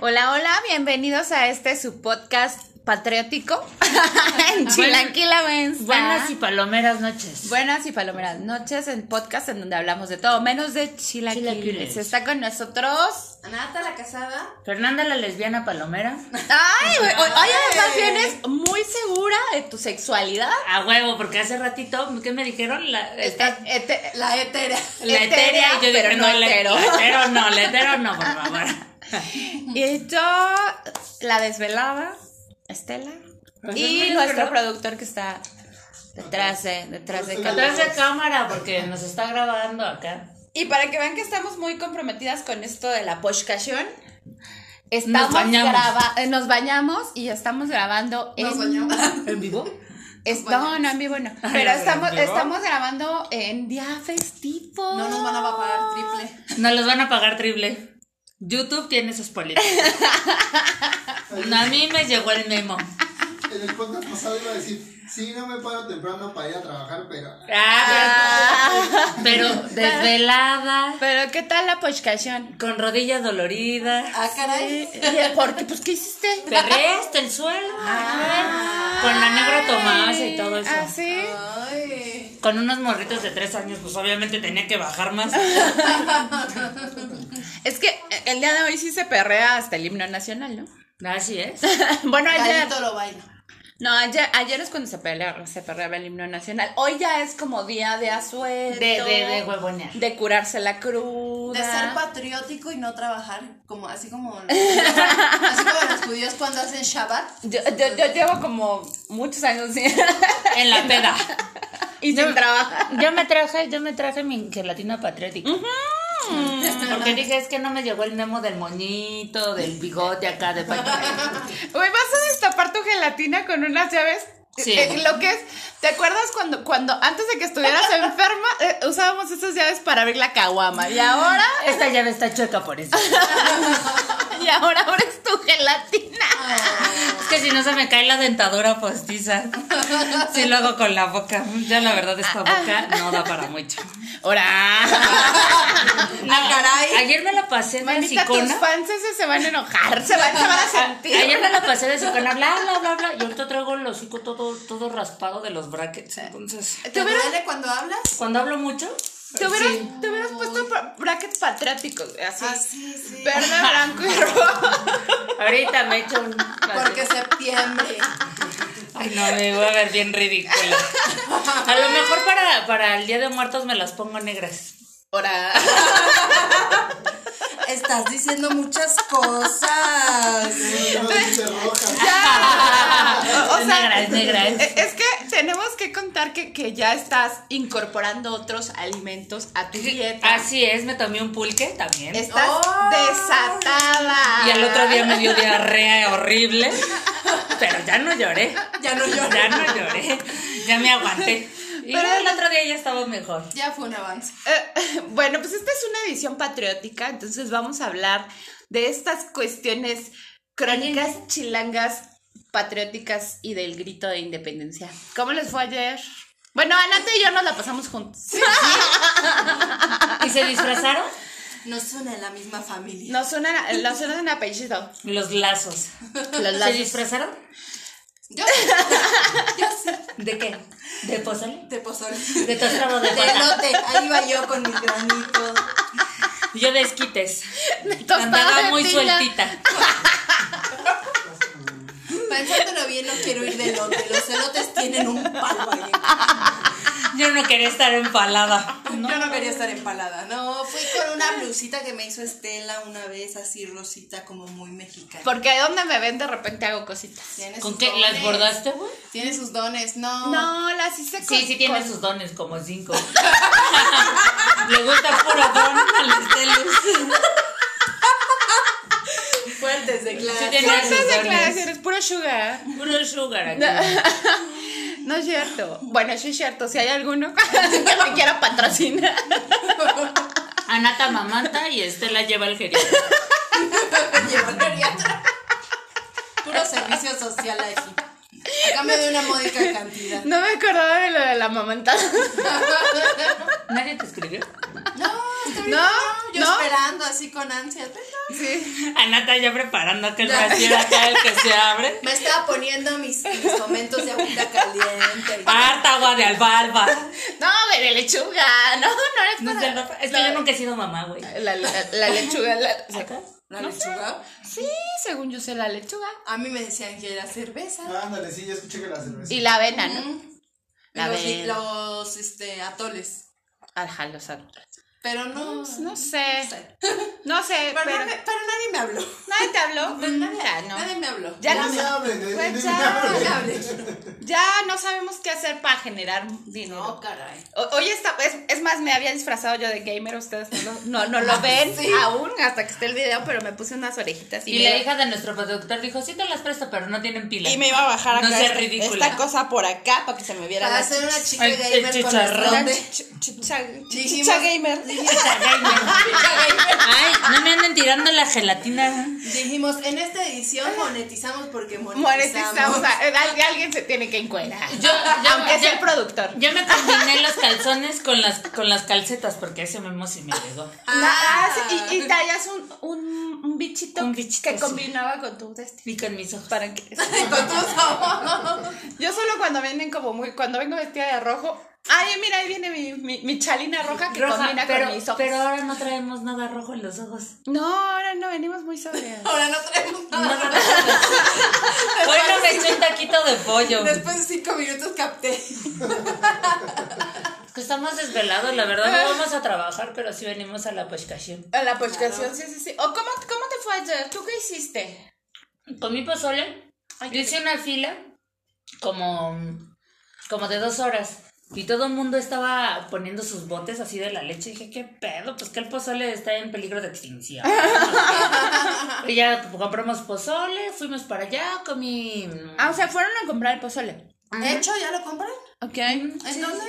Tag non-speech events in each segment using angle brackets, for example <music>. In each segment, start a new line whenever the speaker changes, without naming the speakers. Hola, hola, bienvenidos a este su podcast patriótico <laughs> en Chilanquilavense.
Buenas y palomeras noches.
Buenas y palomeras noches en podcast en donde hablamos de todo, menos de chilaquiles.
Chilaquiles.
Está con nosotros.
Anata la casada.
Fernanda la lesbiana palomera.
Ay, güey, o- oye, más bien es muy segura de tu sexualidad.
<laughs> A huevo, porque hace ratito, ¿qué me dijeron? La, está-
Eh, ete-
La hetera.
Este, la etérea. Yo dije,
pero no
la,
hetero.
la hetero no, <laughs> la hetero no, por favor.
<laughs>
<laughs>
Y yo, la desvelada, Estela. Y
Gracias,
nuestro
¿verdad?
productor que está detrás de, detrás de
Detrás de cámara, porque nos está grabando acá.
Y para que vean que estamos muy comprometidas con esto de la poscación, estamos
Nos bañamos.
graba- eh, nos bañamos y estamos grabando
Nos
en
bañamos.
¿En vivo?
<laughs> es-
bañamos.
no, no, en vivo no.
¿en
Pero estamos
vivo?
estamos grabando en día festivo.
No nos van a pagar triple.
Nos los van a pagar triple. YouTube tiene sus <laughs> políticas. A mí me llegó el memo.
En el podcast pasado iba a decir, sí, no me paro temprano para ir a trabajar,
<laughs>
pero...
Ah, <laughs> pero desvelada,
Pero ¿qué tal la
<laughs>
poscación?
con rodilla dolorida,
Ah, caray.
Porque pues qué hiciste?
perreste el suelo, con la negra Tomasa y todo eso.
¿Ah, sí?
Ay.
Con unos morritos de tres años, pues obviamente tenía que bajar más.
Es que eh, el día de hoy sí se perrea hasta el himno nacional, ¿no? <laughs>
Así es.
bueno, ayer
Gallito lo baila.
No, ayer, ayer es cuando se pelea, se perreaba el himno nacional. Hoy ya es como día de
De,
asueto.
de, de huevonear.
de curarse la cruz.
De ser patriótico y no trabajar. Como, así como. así como los judíos cuando hacen Shabbat.
yo, yo- yo llevo como muchos años sin, <laughs>
En la peda.
y sin trabajar.
Yo me traje, yo me traje mi gelatina patriótica.
Este
Porque dije, es que no me llegó el memo del moñito, del bigote acá, de paquete.
Güey, vas a destapar tu gelatina con unas llaves.
Sí.
Eh, lo que es, ¿te acuerdas cuando, cuando antes de que estuvieras enferma eh, usábamos esas llaves para abrir la caguama? Y ahora,
Esta llave está chueca por eso.
y ahora abres tu gelatina.
Es que si no se me cae la dentadura postiza. Si lo hago con la boca. Ya la verdad, esta boca no da para mucho.
Ahora.
Ah,
caray.
Ayer me la pasé de
Manita, tus
sicona.
fans ese se van a enojar, se van, se van a sentir.
Ayer me la pasé de sicona, bla, bla, bla, bla. Y ahorita traigo el hocico todo, todo raspado de los brackets. Entonces,
Te
¿Te
hubieras-
duele cuando hablas?
cuando hablo mucho,
Te hubieras, te hubieras puesto pa- brackets patrióticos, así.
Ah, sí, sí.
Verde, blanco y rojo.
ahorita me echo un.
Porque septiembre.
Ay, no, me voy a ver bien ridícula. A lo mejor para, para el Día de Muertos me las pongo negras.
Ahora.
Estás diciendo muchas cosas.
No, dice roja.
Ah,
<laughs>
O sea,
negras, negras.
eh, Es que tenemos que contar que, que ya estás incorporando otros alimentos a tu dieta.
Así es, me tomé un pulque también.
Estás
¡Oh!
desatada.
Y al otro día me dio diarrea horrible. Pero ya no lloré.
Ya no lloré.
Ya no lloré. Ya me aguanté. Y
Pero-
el otro día ya estaba mejor.
Ya fue un avance.
Eh, bueno, pues esta es una edición patriótica, entonces vamos a hablar de estas cuestiones crónicas chilangas patrióticas y del grito de independencia. ¿Cómo les fue ayer? Bueno, Anate y yo nos la pasamos juntos.
¿Y se disfrazaron?
Nos une la misma familia.
Nos suenan, nos suenan <laughs> apellido.
Los lazos.
Los
¿Se
lazos.
disfrazaron?
Yo sí. Yo sí.
¿De qué? ¿De pozole?
De pozole.
De tostrabo de
De
pata.
elote. Ahí va yo con mis granitos.
Yo de esquites.
Tostada
Andaba
de
muy
piña.
sueltita.
Pensándolo bien, no quiero ir de elote. Los elotes tienen un palo
<laughs>
ahí.
Yo no quería estar empalada.
Yo no quería estar empalada. No, fui con una blusita que me hizo Estela una vez, así rosita, como muy mexicana.
Porque de donde me ven de repente hago cositas.
Tiene
¿Con
sus
qué? ¿Las
dones.
bordaste, güey?
Tiene sus dones, no.
No, las hice con...
Sí, sí tiene
con-
sus dones, como cinco. <laughs> Le gusta puro don a los teles.
<laughs> Fuertes
Sí
declaraciones.
tiene sus
Esas
dones.
declaraciones, puro sugar.
Puro sugar aquí.
<laughs> No es cierto. Bueno, sí es cierto. Si hay alguno <laughs> que me quiera patrocinar.
Anata mamanta y Estela lleva el geriatra.
<laughs> Llevo al geriatra. Puro servicio social aquí. A cambio de una módica
<laughs>
cantidad. <laughs>
No me acordaba de lo de la mamantada.
¿Nadie te escribió?
No, hasta
No,
ahorita no, yo
no.
esperando así con ansias. Venga.
Sí.
Anata ya preparando aquel
Ya.
brasier acá, el que se abre.
Me estaba poniendo mis, mis momentos de agüita caliente.
Ah,
Harta agua de albarba.
No, güey, de lechuga. No, no eres
No es, de albarba. Es que yo nunca he sido mamá, güey.
La, la- la lechuga. la-
¿Acá?
¿La lechuga?
sí, según yo sé, la lechuga.
A mí me decían que era cerveza.
Ah, ándale, sí, ya escuché que la cerveza.
Y la avena, ¿no?
Mm. Y
La
los,
ven.
li- los, este, atoles.
Ajá, los árboles.
Pero no.
No sé. No sé,
Pero,
pero.
no me- pero nadie me habló.
Nadie te habló. Mm. Ya
Nadie ah,
no.
me habló.
Ya
no
no,
me hablen, eh,
Pues
ni me
ya,
No me
hablen.
hablé.
ya no sabemos qué hacer para generar dinero.
No, caray.
O- Hoy está, es, es más, me había disfrazado yo de gamer, ustedes no lo, no,
<laughs>
no
Ah,
lo ven aún hasta que esté el video, pero me puse unas orejitas y,
Y
me,
la hija de nuestro productor dijo, sí te las presto, pero no tienen pila.
y me iba a bajar acá
No seas
esta-
ridícula.
esta cosa por acá para que se me viera
Para
la
ser una
chicha-
chica
El- el
gamer con
chicharrón.
la
escote.
ch- chicha-
Dijimos-
chicha gamer.
Ay, no me anden tirando la gelatina.
Dijimos, en esta edición monetizamos porque monetizamos.
Monetizamos. a- al- Alguien se tiene que encuerar.
Yo- yo-
aunque
yo-
sea el productor.
Yo me combiné los calzones con las, con las calcetas porque ese memo sí me llegó.
Ah, sí, y, y tallas un, un, un bichito,
Un bichito,
que
sí.
combinaba con tu destino.
Ni con mis ojos.
Para que-
Con tus ojos.
Yo solo cuando vienen como muy, cuando vengo vestida de rojo, ay, mira, ahí viene mi, mi, mi chalina roja que
Roja,
combina
pero,
con mis ojos.
pero ahora no traemos nada rojo en los ojos.
No, ahora no, venimos muy sobrias.
Ahora no traemos nada.
Nada rojo en los <laughs> ojos. Hoy no me eché un taquito de pollo.
Después de cinco minutos capté.
Es que Estamos desvelados, la verdad no vamos a trabajar, pero sí venimos a la pescación.
<laughs> A la postcación, sí, sí, sí. ¿O cómo, cómo te fue ayer? ¿Tú qué hiciste?
Con mi pozole, yo hice una fila como, como de dos horas. Y todo el mundo estaba poniendo sus botes así de la leche. dije, ¿qué pedo? Pues que el pozole está en peligro de <laughs> extinción. y ya compramos pozole, fuimos para allá, comí...
Ah, o sea, fueron a comprar el pozole.
¿Hecho? ¿Ya lo compran?
Ok.
¿En dónde?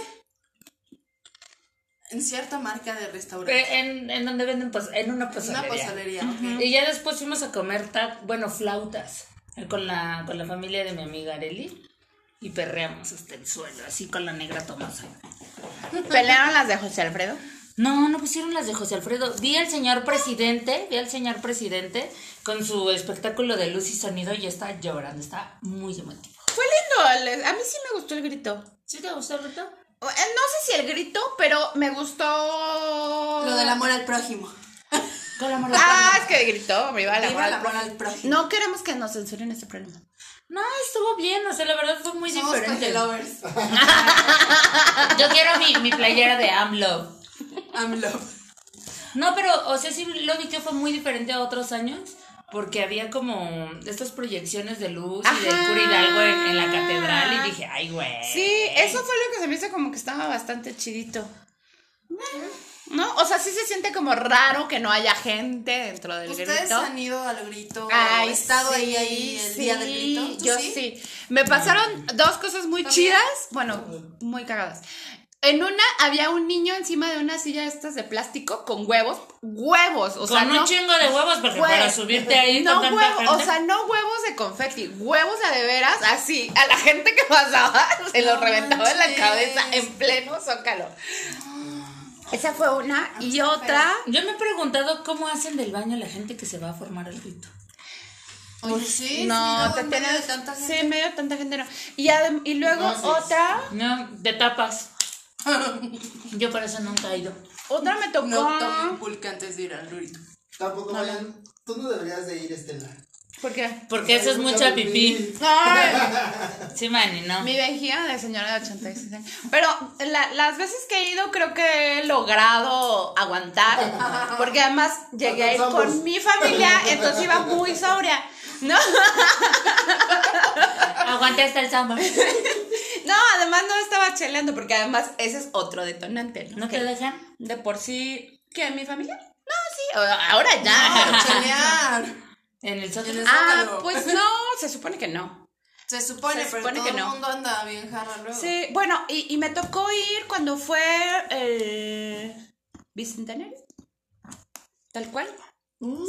En cierta marca de
Eh,
restaurante.
En, en donde venden pues en una
Una
pozolería.
pozolería, ok.
Y ya después fuimos a comer, ta- bueno, flautas eh, con la, con la familia de mi amiga Areli. Y perreamos hasta el suelo, así con la negra Tomasa.
¿Pelearon las de José Alfredo?
No, no pusieron las de José Alfredo. Vi al señor presidente, vi al señor presidente con su espectáculo de luz y sonido y está llorando, está muy emotivo.
Fue lindo, el- a mí sí me gustó el grito.
¿Sí te gustó, Rito?
Eh, No sé si el grito, pero me gustó...
Lo del amor al prójimo.
Con la morra.
Ah, es que gritó, me iba a la
Viva el
moral.
amor al prójimo.
No queremos que nos censuren este programa.
No, estuvo bien, o sea, la verdad fue muy
Somos
diferente.
congelovers.
Yo quiero mi, mi playera de AMLO.
I'm love.
No, pero, o sea, sí lo vi que fue muy diferente a otros años, porque había como estas proyecciones de luz y de
Ajá.
cura Hidalgo en, en la catedral, y dije, ay, güey.
Sí, eso fue lo que se me hizo como que estaba bastante chidito. ¿No? O sea, sí se siente como raro que no haya gente dentro del
¿Ustedes
grito.
han ido al grito?
Ay,
¿Han estado
sí,
ahí, ahí el día del
sí,
grito? ¿Tú
Yo sí? Me pasaron dos cosas muy
¿También?
chidas, bueno, muy cagadas. En una había un niño encima de una silla de estas de plástico con huevos, huevos, o
Con
sea,
un
no,
chingo de huevos, porque
Güey,
para subirte ahí
no
con tanta
huevo-
gente.
o sea, no huevos de confeti, huevos a de veras, así, a la gente que pasaba, <laughs> se los
No
reventaba en la
manches.
cabeza en pleno zócalo. Esa fue una,
Ah,
y otra,
Yo me he preguntado cómo hacen del baño la gente que se va a formar al grito.
Oye, sí.
no,
sí,
te
luego en medio de
tienes,
tanta gente.
sí, medio tanta gente no, y, adem- y luego
No, sí.
otra,
No, de tapas. <laughs> Yo para eso nunca he ido.
otra me tocó,
No tomen pulque antes de ir al grito.
Tampoco vayan. Tú no deberías de ir, Estela.
¿por qué?
Porque eso es mucha pipí.
Ay,
Sí, Manny, no.
mi vejiga de señora de 86 años. Pero la- las veces que he ido creo que he logrado aguantar. Porque además llegué ahí
Alcanzamos.
con mi familia, entonces iba muy sobria. No,
Aguante hasta el samba.
no, además no estaba cheleando, porque además ese es otro detonante. ¿no?
¿No
Que
te dejan?
De por sí. ¿Qué? ¿Mi familia? No, sí. a- Ahora ya.
Chalear.
En el sótano.
En el-
Ah,
Zócalo.
pues no, se supone que no.
Se supone,
Se
pero
supone
todo
que
el
no.
mundo anda bien jarra luego.
Sí, bueno, y, y me tocó ir cuando fue el bicentenario. Tal cual.
Mm.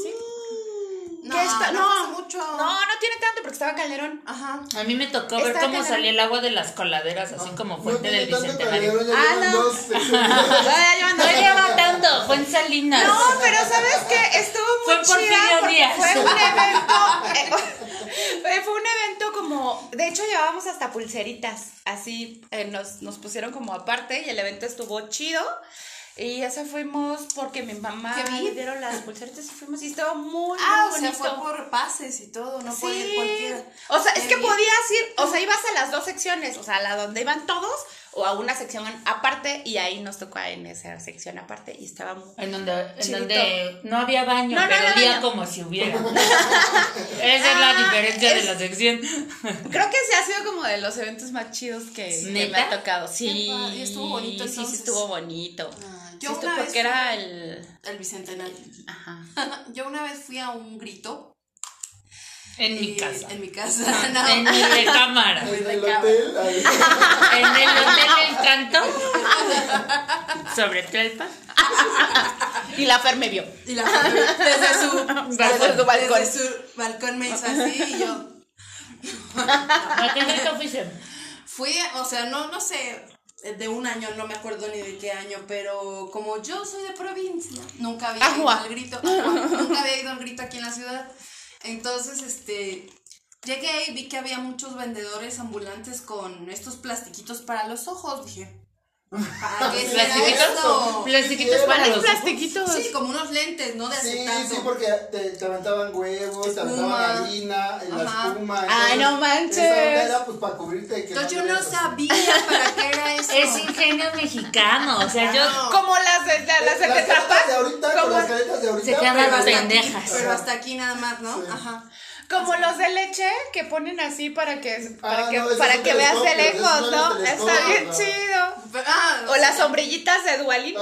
No,
Que está-
no,
no.
pasa mucho.
No, no tiene tanto porque estaba Calderón.
Ajá.
A mí me tocó ver
Está
cómo
cañón.
salía el agua de las coladeras, así como
No
fuente
tiene
del
tanto
Bicentenario.
calor, ya
Ah, <laughs>
llevan
no.
dos.
Todavía llevan-
No lleva tan cuándo? Fue en Salinas.
No, pero ¿sabes qué? Estuvo
Fue
muy
Porfirio
chida porque
Díaz.
fue un evento, eh, <laughs> fue un evento como, de hecho llevábamos hasta pulseritas, así eh, nos, nos pusieron como aparte y el evento estuvo chido. Y esa fuimos porque mi mamá
¿Qué vi?
le dieron las pulseritas y fuimos y estuvo muy,
Ah, o
muy
sea,
bonito.
fue por pases y todo, no puede ir
Sí.
cualquiera.
O sea, es
Qué
que
bien.
podías ir, o sea, ibas a las dos secciones, o sea, a la donde iban todos o a una sección aparte y ahí nos tocó en esa sección aparte y estaba muy
<laughs>
En donde, en
Chilito.
donde no había baño,
No, no
pero
había
había
baño.
como
<laughs>
si hubiera. Esa es la
Ah,
diferencia
es-
de la sección.
Creo que se ha sido como de los eventos más chidos que, que me
¿Neta?
ha tocado.
Qué
Sí,
padre, estuvo bonito
sí, sí
entonces.
estuvo bonito.
Ah,
Sí
yo
estuvo-
una vez
porque era el...
El bicentenario.
Ajá.
Yo una vez fui a un grito.
En mi
y-
casa.
En mi
Ah,
casa, <laughs> no.
En mi
<laughs>
recámara.
En el
recaba.
hotel. ahí.
En el hotel Encanto. Sobre Tlalpan.
Ah.
Y la Fer me vio.
Y la desde
<laughs>
su balcón,
Desde su balcón.
su balcón me hizo así y yo
¿A qué grito fuiste?
fui, o sea, no, no sé, de un año, no me acuerdo ni de qué año, pero como yo soy de provincia, nunca había
Ajua.
ido al grito, ajua, nunca había ido al grito aquí en la ciudad. Entonces, este, llegué y vi que había muchos vendedores ambulantes con estos plastiquitos para los ojos, dije. ¿Para qué será
¿Plastiquitos?
esto?
¿Plastiquitos para
Los
los ojos?
plastiquitos.
Sí, como unos lentes, ¿no? De
Sí,
acetato.
sí, porque te, te aventaban huevos, te
Espuma.
aventaban harina, en la
Ajá.
espuma.
Ay,
entonces,
no manches.
Esa onda era pues para cubrirte. que
Entonces yo
te
no
vieras así.
sabía para qué era eso.
Es ingenio mexicano. O sea, yo.
No.
Como las de la- las de
Eh, Las
Tetra
caretas
Pak,
de ahorita, con
como,
las caretas de ahorita. pues,
Se quedan
pero-
las
hasta aquí,
pendejas.
pero hasta aquí nada más, ¿no?
Sí.
Ajá.
como los de leche que ponen así para que, para
Ah,
que,
no, esos
para
son
que veas de
telescopios,
lejos,
esos son
¿no?
los
Está
telescopios,
bien
¿no?
chido.
Pero- ah,
O las sombrillitas de Dualín.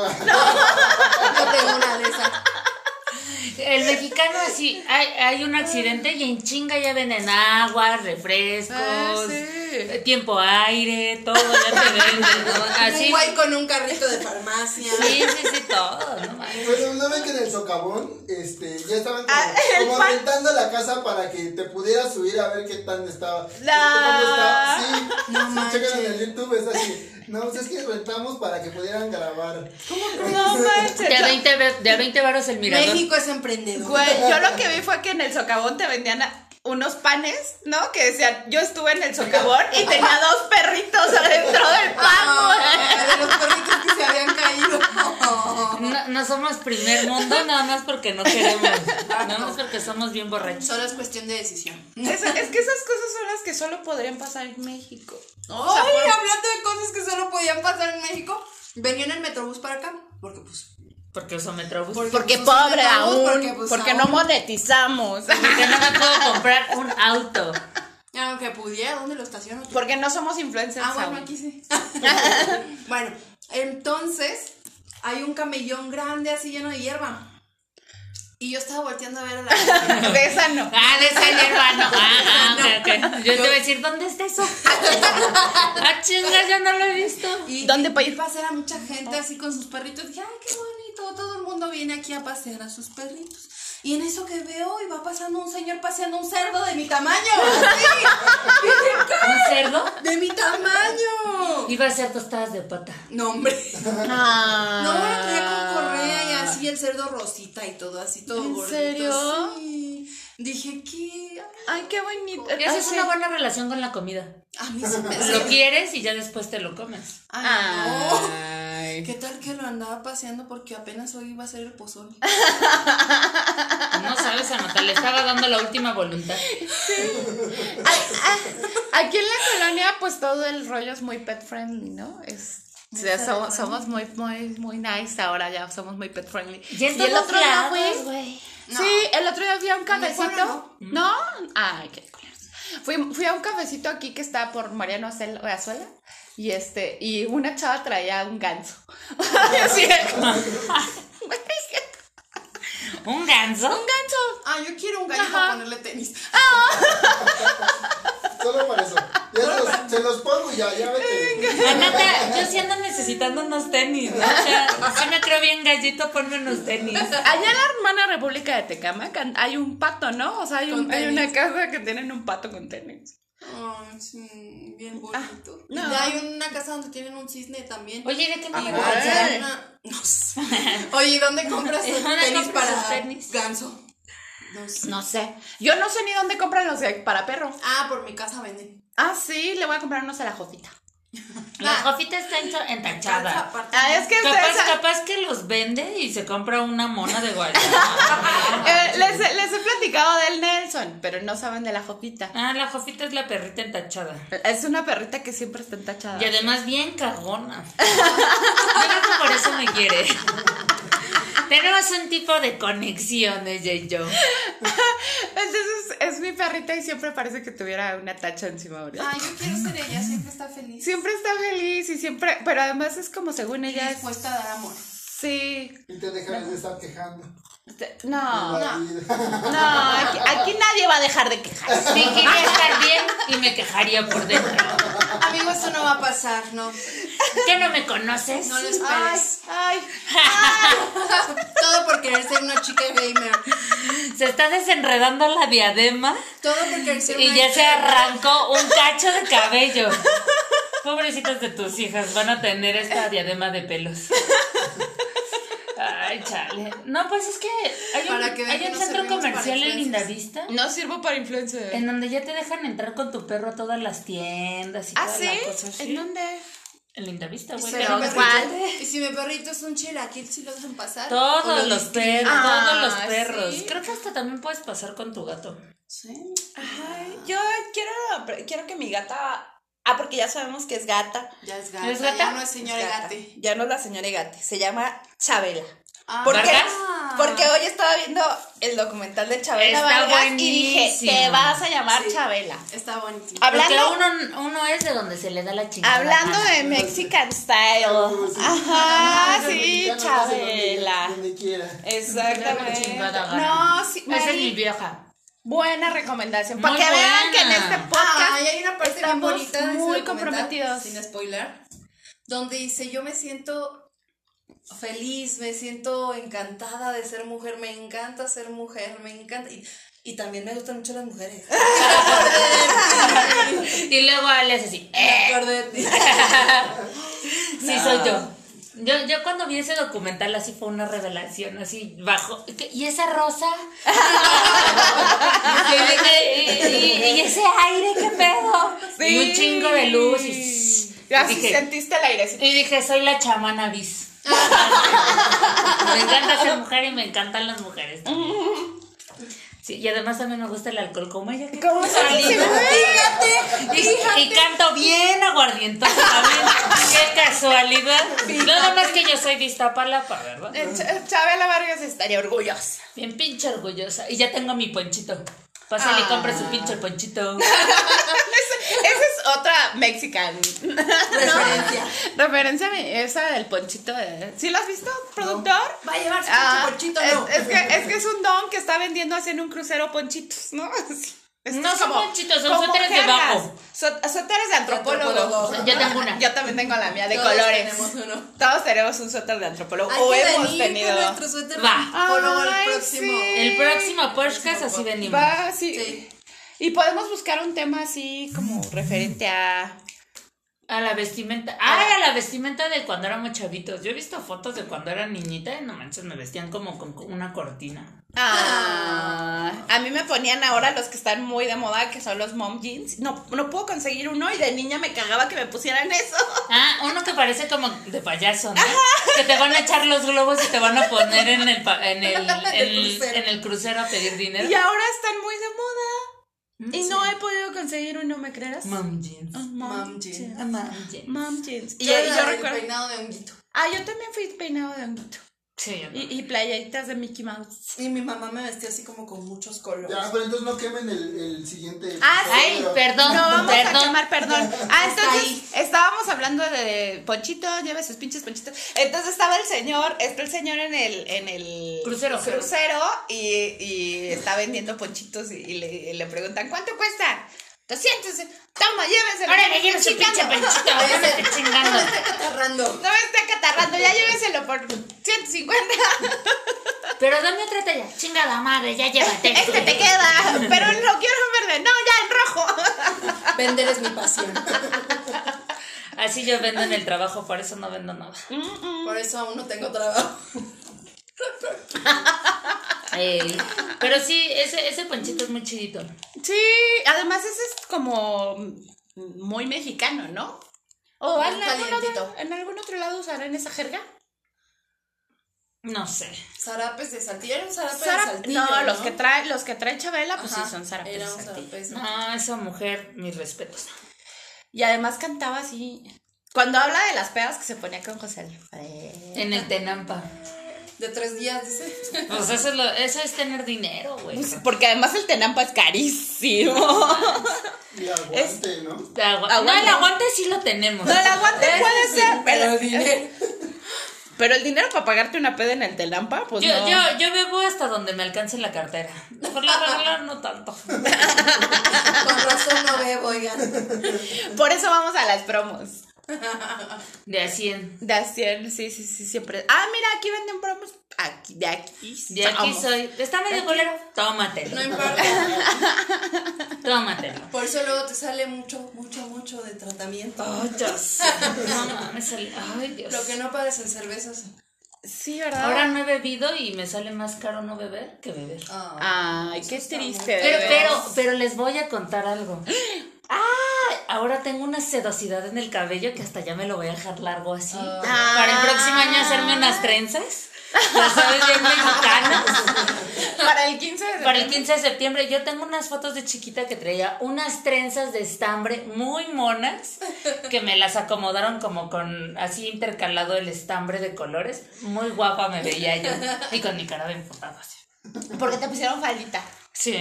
Yo tengo una de esas.
El mexicano así. Hay, hay un accidente y en chinga ya venden agua, refrescos.
Ah, sí.
Tiempo aire, todo ya te venden, ¿no?
Un
Así.
güey con un carrito de farmacia.
Sí, sí, sí, todo, no mames.
Pero no ven que pues, en el socavón este, ya estaban como,
Ah, el
como
pan.
rentando la casa para que te pudieras subir a ver qué tan estaba. qué-
La-
¿Cómo está? Sí,
No
sí,
manches.
chequen en el YouTube, es así. No, pues es que rentamos para que pudieran grabar.
No
De
manches.
a 20, ve- de a 20 varos el mirador.
México es emprendedor.
Güey, yo lo que vi fue que en el socavón te vendían a- unos panes, ¿no? Que decían, yo estuve en el socavón y tenía dos perritos adentro del pan,
Ah, de los perritos que se habían caído.
No, no somos primer mundo nada más porque no queremos. Nada más porque somos bien borrachos.
<laughs> Solo es cuestión de decisión.
güey. Es, es que esas cosas son las que solo podrían pasar en México.
Ay, hablando de cosas que solo podían pasar en México, venía en el metrobús para acá. Porque pues.
Porque uso metrobús. Porque,
Porque
pues,
pobre
usan
aún,
autobús,
porque,
pues,
no
aún-
monetizamos,
no me puedo comprar un auto.
Aunque pudiera, ¿dónde lo estaciono?
<laughs> porque no somos influencers
Ah, bueno,
aún.
aquí sí. <laughs> bueno, entonces hay un camellón grande así lleno de hierba. Y yo estaba volteando a ver a <laughs> la.
De esa no.
Ah, de ese hermano. Ah, ah, ok, ok. Yo te voy a decir, ¿dónde está eso? Ah, chingas, yo no lo he visto.
Y,
¿Dónde
y
pa'
vi
ir?
pasear a mucha gente así con sus perritos. Dije, ay, qué bonito, todo el mundo viene aquí a pasear a sus perritos. Y en eso que veo, y va pasando un señor paseando un cerdo de mi tamaño. así.
¿Un cerdo?
¡De mi tamaño!
Iba a ser tostadas de pata.
No, hombre. No, lo traía con correa y
Ah.
así el cerdo rosita y todo, así todo
¿En
gordito.
serio?
Sí. Dije que
Ay, qué bonito.
Esa
Ay,
es
sí.
una buena relación con la comida.
a mí se me
Lo
hacía-
quieres y ya después te lo comes.
Ay,
Ah.
no.
Ay.
¿Qué tal que lo andaba paseando porque apenas hoy iba a ser el pozole?
Ah.
No sabes, Anota, le estaba dando la última voluntad.
ah, Aquí en la colonia, pues todo el rollo es muy pet friendly, ¿no? Es. o sea,
Muy
somos,
pet
somos muy, muy, muy nice ahora, ya somos muy pet friendly.
Ya
y el
estamos
otro día
lados,
fui.
güey.
No.
Sí, el otro día fui a un
Puebla
cafecito. ¿No? Ay, qué culeros. Fui, fui a un cafecito aquí que está por Mariano Acel- Azuela. Y este, y una chava traía un ganso. <laughs> Y así, un
¿Un ganso?
ganso.
Ah, yo quiero un gallo
Ajá.
para ponerle tenis.
Solo para eso. Ya se los, se los pongo y ya, ya vete.
Anata, yo sí ando necesitando unos tenis, ¿no? O sea, sí me creo bien gallito, ponme unos tenis.
Allá en la hermana República de Tecamacan hay un pato, ¿no? O sea, hay, un-
Con
hay
tenis.
una casa que tienen un pato con tenis.
Ay, sí, bien bonito.
Ah, no.
Y hay una casa donde tienen un cisne también.
Oye, ¿de qué me
Y
Ajá.
llevas?
guardan una- no sé. Oye, ¿y ¿dónde compras tus
¿Dónde
tenis
compras
para
tus tenis?
ganso? No sé.
No sé. Yo no sé ni dónde compran los de- para perro.
Ah, por mi casa venden.
Ah, sí, le voy a comprar unos a la Jotita.
La jofita está encha- entachada.
Ah, es que ustedes.
Capaz, capaz que los vende y se compra una mona de guayaba.
eh, les, les he platicado del Nelson, pero no saben de la Jotita.
ah, la jofita es la perrita entachada.
Es una perrita que siempre está entachada.
Y además bien cagona. <laughs> Yo creo que por eso me quiere. Tenemos un tipo de conexión de J. Joe.
Entonces es mi perrita y siempre parece que tuviera una tacha encima ahorita.
Ah, yo quiero ser ella, siempre está feliz.
Siempre está feliz y siempre, pero además es como según
Ella
ella es,
dispuesta a dar amor.
sí,
Y te dejas de estar quejando.
te- no, no,
La vida.
aquí, aquí nadie va a dejar de quejarse.
Sí, quería estar bien y me quejaría por dentro.
Amigo, eso no va a pasar, no.
¿Qué no me conoces?
No lo
Ay,
esperes.
ay,
Todo por querer ser una chica gamer.
Se está desenredando la diadema
Todo por querer ser
y
una
ya
chica-
se arrancó un cacho de cabello. Pobrecitas de tus hijas, van a tener esta diadema de pelos. Ay, chale. No, pues es que hay un,
Para que vean
hay
que
un
no
centro
servimos para
comercial en
influencers.
Lindavista
no sirvo para influencer.
en donde ya te dejan entrar con tu perro a todas las tiendas y
¿Ah,
toda
sí?
la cosa así.
¿En dónde?
En Lindavista,
Y
güey.
si
Pero
mi perrito-
¿cuál?
Y si mi perrito es un chilaquil, ¿sí lo dejan pasar? ¿O
Todos
lo
los
discriminan?
perros,
Ah,
todos los perros.
¿sí?
Creo que hasta también puedes pasar con tu gato.
Sí.
Ay, yo quiero, quiero que mi gata, ah, porque ya sabemos que es gata.
Ya es gata.
¿Es gata?
Ya no es señora
Es gata.
gate.
Ya no es la señora Gate, se llama Chabela.
Ah.
¿Por qué?
¿Vargas?
Porque hoy estaba viendo el documental de Chabela
Está
Vargas y dije,
buenísimo.
te vas a llamar
Sí.
Chabela.
Está bonito.
Hablando,
Porque uno, uno es de donde se le da la chingada.
hablando
gana.
de Mexican Style.
<laughs>
Ajá, sí, Chabela.
Donde quiera.
La
Exactamente.
chingada gana.
No, sí,
Esa es mi
Mari,
vieja.
buena recomendación. Para
Muy
que vean
buena.
que en este
Ay,
podcast
ah, hay una parte bien
estamos
bonita de ese
muy
documental,
comprometidos.
Sin spoiler. Donde dice, yo me siento feliz, me siento encantada de ser mujer, me encanta ser mujer, me encanta. Y, y también me gustan mucho las mujeres.
Y luego Ale es así.
Me
"Eh".
acordé de ti.
Sí, soy yo. Yo, yo cuando vi ese documental así fue una revelación, así bajo. ¿Y esa rosa? ¿Y, y- y ese aire? ¿Qué pedo?
Sí.
Y un chingo de luz. Y,
Ya
y
sí
dije,
sentiste el airecito.
y dije, soy la chamana bis. me encanta ser mujer y me encantan las mujeres. también. Sí, y además también me gusta el alcohol como ella. que-
¿Cómo se dice?
<laughs>
Y, y canto bien
<laughs>
aguardientoso también. Qué casualidad. Nada más que yo soy de Iztapalapa, ¿verdad?
Eh, Ch- Chabela Vargas estaría <laughs> orgullosa.
Bien pinche orgullosa. Y ya tengo mi ponchito. Pásale y
Ah.
compre su
<laughs>
pinche ponchito.
Esa es otra mexican.
Referencia.
Referencia a mi- esa del ponchito. de- ¿Sí lo has visto, productor?
Va a llevarse
Ah,
su ponchito,
es,
no.
es que, es que es un don que está vendiendo así en un crucero ponchitos, ¿no? <laughs> Así. Esto
No
es
son ponchitos, son suéteres de
jergas.
bajo.
Su- Suéteres de antropólogo.
Antropólogo.
Yo tengo una.
Yo también tengo la mía de
Todos
colores.
tenemos uno.
Todos tenemos un suéter de antropólogo.
Hay
o
que
hemos
venir con
tenido.
nuestro suéter
Va.
antropólogo el
Ay,
próximo.
sí.
El próximo podcast así venimos.
Va, sí.
Sí.
Y podemos buscar un tema así como referente a.
A la vestimenta. Ay, a la vestimenta de cuando éramos chavitos. Yo he visto fotos de cuando era niñita y no manches, me vestían como con una cortina.
Ah, a mí me ponían ahora los que están muy de moda, que son los mom jeans. No, no puedo conseguir uno y de niña me cagaba que me pusieran eso.
Ah, uno que parece como de payaso, ¿no? Que te van a echar los globos y te van a poner en el, pa- en el, en-
crucero.
en el crucero a pedir
¿Eh?
dinero.
Y ahora están muy de moda.
Mm,
Y no he podido conseguir uno, ¿me creerás?
Mom jeans.
Ah,
Mom jeans.
Ah, mom jeans.
Mom jeans. Y
Yo,
yo,
la
yo
del
recuerdo.
peinado de honguito.
Ah, yo también fui peinado de honguito.
Sí, yo no.
Y, y playitas de Mickey Mouse.
Y mi mamá me vestía así como con muchos colores.
Ya, pero entonces no quemen el, el siguiente.
Ah,
Ay,
episodio.
perdón,
No vamos
perdón.
a quemar, perdón. Ah,
ahí.
entonces estábamos hablando de Ponchito, lleva sus pinches Ponchitos. Entonces estaba el señor, está el señor en el, en el
Crucero.
crucero y, y está vendiendo Ponchitos y, y le, y le preguntan, ¿cuánto cuesta? 200. Toma, lléveselo.
Ahora
no
que
me
lleves el
esté
pinche
chingando.
penchito, no me esté chingando.
<laughs> Agarrando.
No me esté catarrando, ya lléveselo por 150.
Pero dame otra talla.
<laughs>
Chingada madre, ya llévate.
Este te queda, pero lo quiero en verde. No, ya en rojo.
Vender es mi pasión.
Así yo vendo en el trabajo, por eso no vendo nada.
<laughs> Por eso aún no tengo trabajo.
Ey, Pero sí, ese, ese ponchito es muy chidito.
Sí, además ese es como muy mexicano, ¿no? O
Muy
en algún, otro,
calientito.
en algún otro lado usarán esa jerga.
No sé.
Zarapes de saltillo. Era un zarape
Zara-
de saltillo.
no, los que trae, los que trae Chabela, pues
Ajá,
sí son zarapes.
Era un
saltillo.
zarape de saltillo.
No, esa mujer, mis respetos.
Y además cantaba así. Cuando habla de las pedas que se ponía con José Alfredo.
En el Tenampa.
De tres días,
<laughs>
dice.
Pues eso es, lo- eso es tener dinero, güey.
Pues, Porque además el tenampa es <laughs> carísimo.
Y aguante, ¿no?
Te agu-
Aguante.
No, el aguante sí lo tenemos.
No, el aguante puede ser, pero,
Pero dinero.
<laughs> pero el dinero para pagarte una peda en el tenampa, pues
Yo,
no.
yo, yo bebo hasta donde me alcance la cartera. Por lo regular no tanto.
Con razón no bebo, oigan.
Por eso vamos a las promos.
De a 100.
De a 100, sí, sí, sí, siempre. Ah, mira, aquí venden promos. Aquí, de aquí.
De aquí
somos.
soy. Está medio colero. Tómatelo.
No
<laughs>
importa.
Tómatelo.
Por eso luego te sale mucho, mucho, mucho de tratamiento.
Oh,
Ay, ya sé. No mames, el- Ay, Dios.
Lo que no pagas en cervezas.
Sí, ¿verdad?
Ahora no he bebido y me sale más caro no beber que beber.
Ah.
Ay, qué
está muy
triste.
Pero,
de
pero,
veras.
pero les voy a contar algo. <gasps> ¡Ah! Ahora tengo una sedosidad en el cabello que hasta ya me lo voy a dejar largo así. Para el próximo año hacerme unas trenzas. Ya sabes, bien mexicanas.
Para el 15 de
Para el 15 de septiembre yo tengo unas fotos de chiquita que traía unas trenzas de estambre muy monas que me las acomodaron como con así intercalado el estambre de colores. Muy guapa me veía yo y con mi cara de emputada así.
Porque te pusieron faldita.
Sí,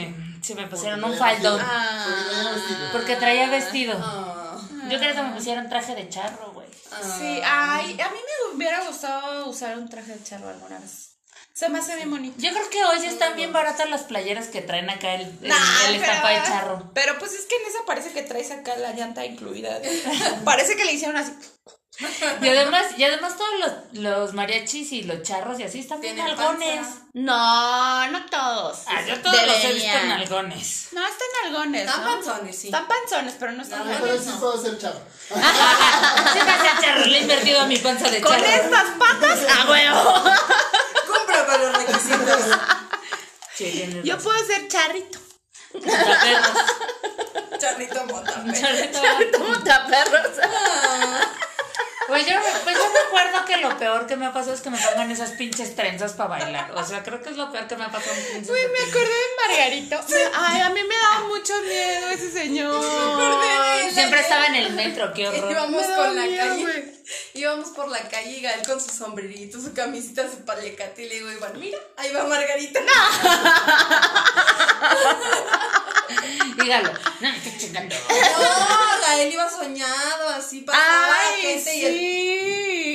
sí me pusieron
Porque
un
traía vestido.
faldón
Porque traía vestido.
porque traía vestido.
Ah.
Yo creo que me pusieron traje de charro, güey.
Sí, ay, a mí me hubiera gustado usar un traje de charro alguna vez. Se me hace bien bonito.
Yo creo que hoy ya están bien baratas las playeras que traen acá el, el,
Nah,
el estampa de charro.
Pero pues es que en esa parece que traes acá la llanta incluida. <laughs> parece que le hicieron así.
Y además, y además todos los, los mariachis y los charros y así están bien
Tienen
algones.
panza.
No, no todos.
Ah, yo todos los he visto en
Deberían.
<laughs> algones.
No, están algones.
Están
¿no?
panzones, sí.
Están panzones, pero no están
No,
Pero
algones.
sí puedo ser chavo.
Sí, pasa charro, le he invertido a mi panza de
Con
charro.
estas patas, ah, a
<laughs>
huevo.
Cumple con
<laughs>
los requisitos.
Sí, tienes
Yo
razón.
puedo ser <laughs> charrito.
Montaperros.
Charrito mota.
Charrito.
Como <laughs> taperros.
Pues yo, pues yo recuerdo que lo peor que me ha pasado es que me pongan esas pinches trenzas para bailar. O sea, creo que es lo peor que me ha pasado. en pinches
Güey, me
septiembre.
acordé de Margarito. Ay, a mí me daba mucho miedo ese <laughs> señor.
Siempre estaba en el metro, qué horror.
Íbamos
Me
con
da
la
miedo,
calle.
güey.
<laughs> Íbamos por la calle y Gael con su sombrerito, su camisita, su palacate y le digo, Iván, mira, ahí
<laughs>
va Margarita.
Dígalo. No, me estoy chingando.
No, Gael iba soñado, así pasaba la
Ay,
gente y el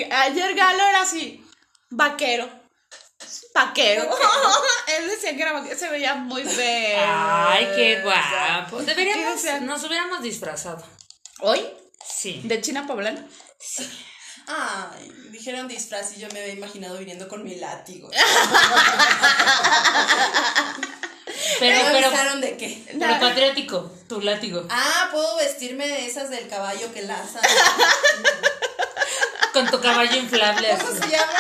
sí. Ayer Galo era así, vaquero. Vaquero. <laughs> Él decía que era vaquero. Se veía muy feo.
Ay, qué guapo. Deberíamos,
decían?
nos hubiéramos disfrazado.
¿Hoy?
Sí.
¿De China Poblana?
Ay, dijeron disfraz y yo me había imaginado viniendo con mi látigo.
Pero,
¿Me
pero,
avisaron de qué?
pero patriótico, tu látigo.
Ah, puedo vestirme de esas del caballo
<laughs>
que laza.
Con tu caballo inflable.
¿Cómo
así.
se llama?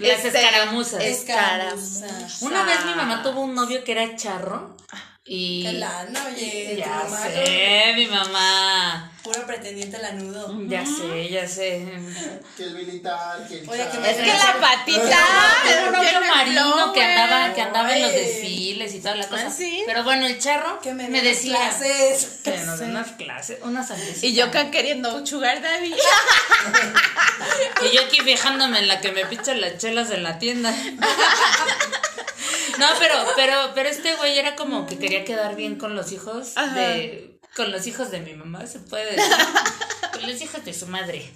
Las
Este,
escaramuzas.
es- Escaramuza.
Escaramuza.
Una vez mi mamá tuvo un novio que era charro. Y.
Qué lana, oye. tu
Ya
mamá,
sé, mi mamá.
Puro pretendiente lanudo.
Ya sé, ya sé.
Que el militar, que el
Oye, que
chavo.
me-
Es que la
Ah,
patita
Era un novio
tiene
marino
flow,
que
güey.
andaba, que andaba en los
Güey.
desfiles y toda la cosa.
Ah, ¿sí?
Pero bueno, el charro
Que me,
me
den
decía.
clases.
Que nos den unas clases, unas
<laughs>
artes.
Y yo acá queriendo sugar daddy.
Y yo aquí fijándome en la que me pichan las chelas en la tienda. No, pero, pero, pero este güey era como que quería quedar bien con los hijos
Ajá.
de. Con los hijos de mi mamá, se puede decir. Con los hijos de su madre.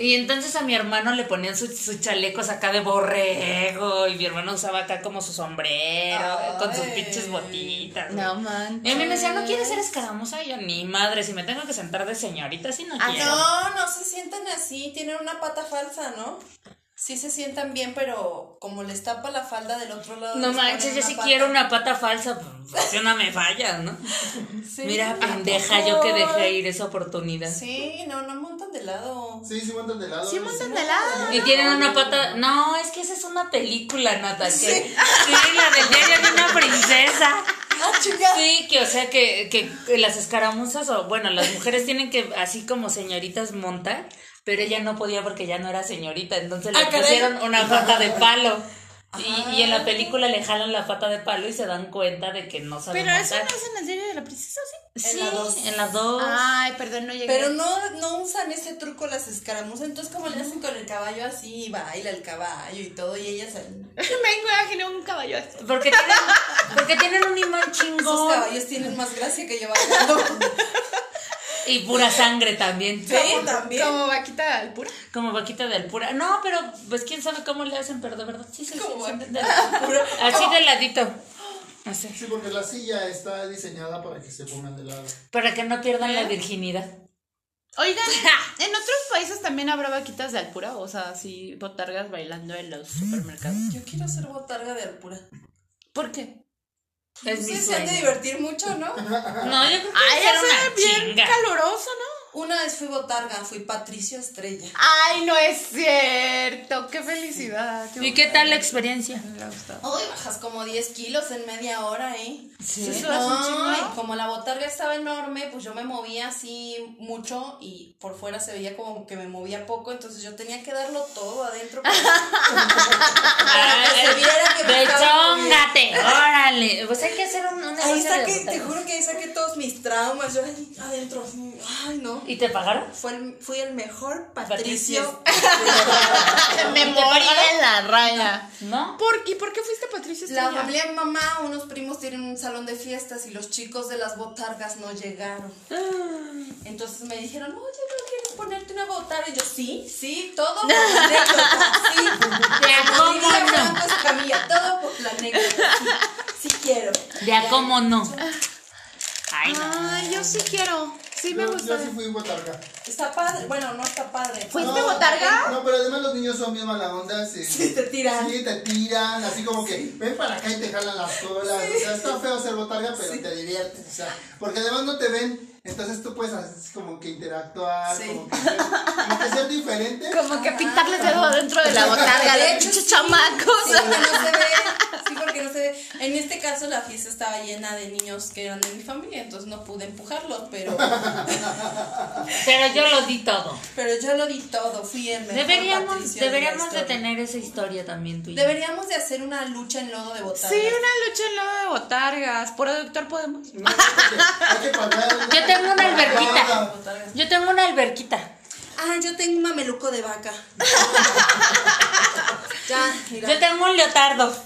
Y entonces a mi hermano le ponían sus sus chalecos acá de borrego. Y mi hermano usaba acá como su sombrero, con sus
Ay.
pinches botitas.
No man.
Y a mí me decía, ¿no quieres ser escaramuza? Y yo, ni madre, si me tengo que sentar de señorita, si no
Ah,
quiero.
No, no se sientan así, tienen una pata falsa, ¿no? sí se sientan bien, pero como les tapa la falda del otro lado.
No
les ponen
manches, yo
una
sí
pata.
quiero una pata falsa. Accióname fallas, ¿no?
<laughs> Sí.
Mira,
¿A
pendeja,
poco?
yo que dejé ir esa oportunidad.
Sí, no, no montan de lado.
Sí, sí montan de lado.
Sí, montan de lado.
Y tienen una pata. No, es que esa es una película, Nata. que- Sí, la del diario de una
<laughs>
princesa.
Ah, chica.
Sí, que o sea que, que- que las escaramuzas, o bueno, las mujeres tienen que, así como señoritas, montar, pero ella no podía porque ya no era señorita, entonces le
Ah, caray. Ah.
pusieron una pata de palo. Y, y en la película le jalan la pata de palo y se dan cuenta de que no saben
Pero eso
montar.
no es en el diario de la princesa, ¿o ¿sí?
Sí,
En la dos. Ah.
en las dos.
Ay, perdón, no llegué.
Pero no, no usan ese truco las escaramuzas, entonces como le hacen con el caballo así, y baila el caballo y todo, y ellas
Me imaginé un caballo así.
Porque tienen, porque tienen un imán
esos
chingón
caballos tienen más gracia que yo bailando.
<laughs> y pura sangre también.
Sí, también.
Como vaquita alpura.
Como vaquita de alpura. No, pero pues quién sabe cómo le hacen, pero de verdad sí se
Como
sienten de-
Puro-
Así de ladito.
<gasps>
Así.
Sí, porque la silla está diseñada para que se pongan de lado.
Para que no pierdan
¿Eh?
la virginidad.
Oigan, <laughs> ¿en otros países también habrá vaquitas de alpura? O sea, así botargas bailando en los supermercados.
Yo quiero ser botarga de alpura.
¿Por qué?
Es mi
Ustedes se han Pues de
sueño.
divertir mucho, ¿no?
No, yo creo que
Ay,
debe ser
hace
una
bien
chinga.
caluroso, ¿no?
Una vez fui botarga, fui Patricio Estrella.
Ay, no es cierto. Qué felicidad.
¿Y qué tal la experiencia?
Me ha gustado.
Hoy bajas como 10 kilos en media hora, ¿eh?
Sí, eso es un chingo,
No,
¿no?
y como la botarga estaba enorme, pues yo me movía así mucho y por fuera se veía como que me movía poco, entonces yo tenía que darlo todo <laughs> adentro para, para que se viera que me estaba moviendo.
¡Dechóngate! órale. Pues hay que hacer un, una
Ahí
lista de
saqué, te
botargas.
juro que ahí saqué todos mis traumas, yo ahí adentro, así, ay no.
¿Y te pagaron?
Fue el- fui el mejor
Patricio.
Patricio.
Ah, Me morí de la raya.
¿No?
¿Por qué? ¿Por qué fuiste Patricia
La
Estrella?
familia de mi mamá, unos primos tienen un salón de fiestas y los chicos de las botargas no llegaron.
Ah.
Entonces me dijeron, oye, ¿no quieres ponerte una botarga? Y yo, sí, sí, todo por la anécdota,
<laughs>
sí.
De a
Como
cómo
diría
no.
Franco Escamilla, todo por la anécdota, sí, sí quiero.
De a cómo no. Ay, no.
Ay, yo sí quiero. Sí me
yo,
gusta.
yo sí fui botarga.
Está padre, bueno, no está padre.
Pues- ¿Fuiste botarga?
No, pero además los niños son bien mala onda.
<laughs>
Sí,
Sí, te tiran.
Sí, te tiran, así como que ven para acá y te jalan las colas. O sea, está feo ser botarga, pero te diviertes. O sea, porque además no te ven, entonces tú puedes así como que interactuar,
Sí.
como, que, ser- como que
<laughs>
ser diferente.
Como que pintarles dedo dentro de la botarga,
De
los
hecho,
pinches
sí.
chamacos.
Sí, porque no se ve. Sí, porque no se ve. En este caso la fiesta estaba llena de niños que eran de mi familia, entonces no pude empujarlos, pero,
Pero yo lo di todo.
pero yo lo di todo, fui el mejor
Deberíamos,
Patricio de la
deberíamos de
historia.
tener esa historia también tú y yo.
Deberíamos de hacer una lucha en lodo de botargas.
Sí, una lucha en lado de botargas. Productor, podemos.
No, porque hay que pagar-
Yo tengo una alberquita.
Botargas.
Yo tengo una alberquita.
Ah, yo tengo un mameluco
<laughs>
de vaca. ya, mira.
Yo tengo un leotardo.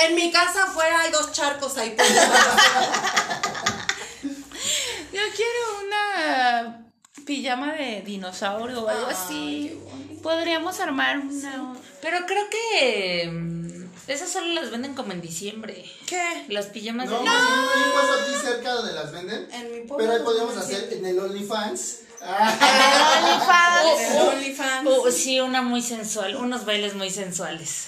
En mi casa afuera hay dos charcos ahí. pues. por-
Yo quiero una pijama de dinosaurio o algo
Ay, qué
así. Podríamos armar una.
Pero creo que mm, esas solo las venden como en diciembre.
¿Qué?
Las pijamas
No,
de
no. un puesto aquí cerca donde las venden.
En mi pueblo. pues,
Pero ahí podríamos
Sí.
hacer en
<laughs>
el OnlyFans. Ah,
El
<laughs>
OnlyFans.
OnlyFans.
Oh, sí, una muy sensual, unos bailes muy sensuales.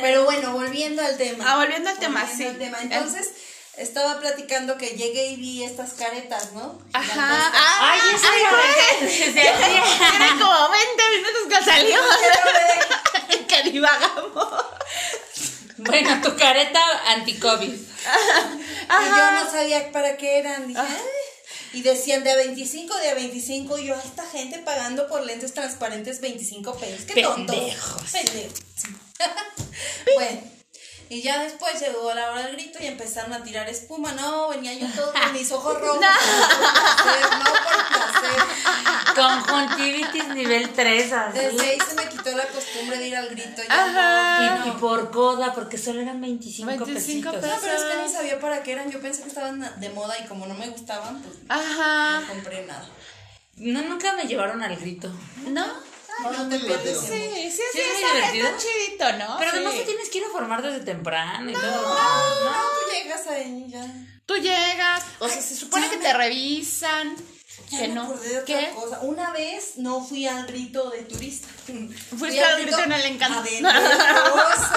Pero bueno, volviendo al tema.
Ah, volviendo al tema,
Volviendo
sí.
al tema. Entonces, estaba platicando que llegué y vi estas caretas, ¿no?
Ajá.
Gigantescas.
Ah,
Ay, esa
ay,
era-
güey.
desde hacía-
Eran como 20 minutos que salió. <laughs> que divagamos.
Bueno, tu careta anti-COVID.
Y yo no sabía para qué eran. Dije, "Ay". Y decían de a 25, de a 25. Y yo, "Ay, esta gente pagando por lentes transparentes 25 pesos. Qué tonto.
Pendejos.
Pendejos. <laughs> bueno. Y ya después llegó la hora del grito y empezaron a tirar espuma. No, venía yo todo con mis ojos rojos. No, por placer.
Conjuntivitis nivel 3, así.
Desde ahí se me quitó la costumbre de ir al grito. Ya
Ajá.
no,
Y, y
no.
por coda, porque solo eran 25,
25
pesitos.
No, pero es que ni sabía para qué eran. Yo pensé que estaban de moda y como no me gustaban, pues
Ajá.
no compré nada.
No, nunca me llevaron al grito.
¿No?
Ah, es muy divertido.
Sí, sí, sí,
Sí, es muy
esa gente
divertido.
es chidito, ¿no?
Pero
Ah, Sí.
además te tienes que ir a formar desde temprano y todo.
No, tú llegas ahí ya.
Tú llegas, o sea, se supone que te revisan.
Ya
Que
me
no.
acordé de otra
¿Qué?
cosa. Una vez no fui al grito de turista. Fui
Fuiste al grito en el encanto.
a vender cosas.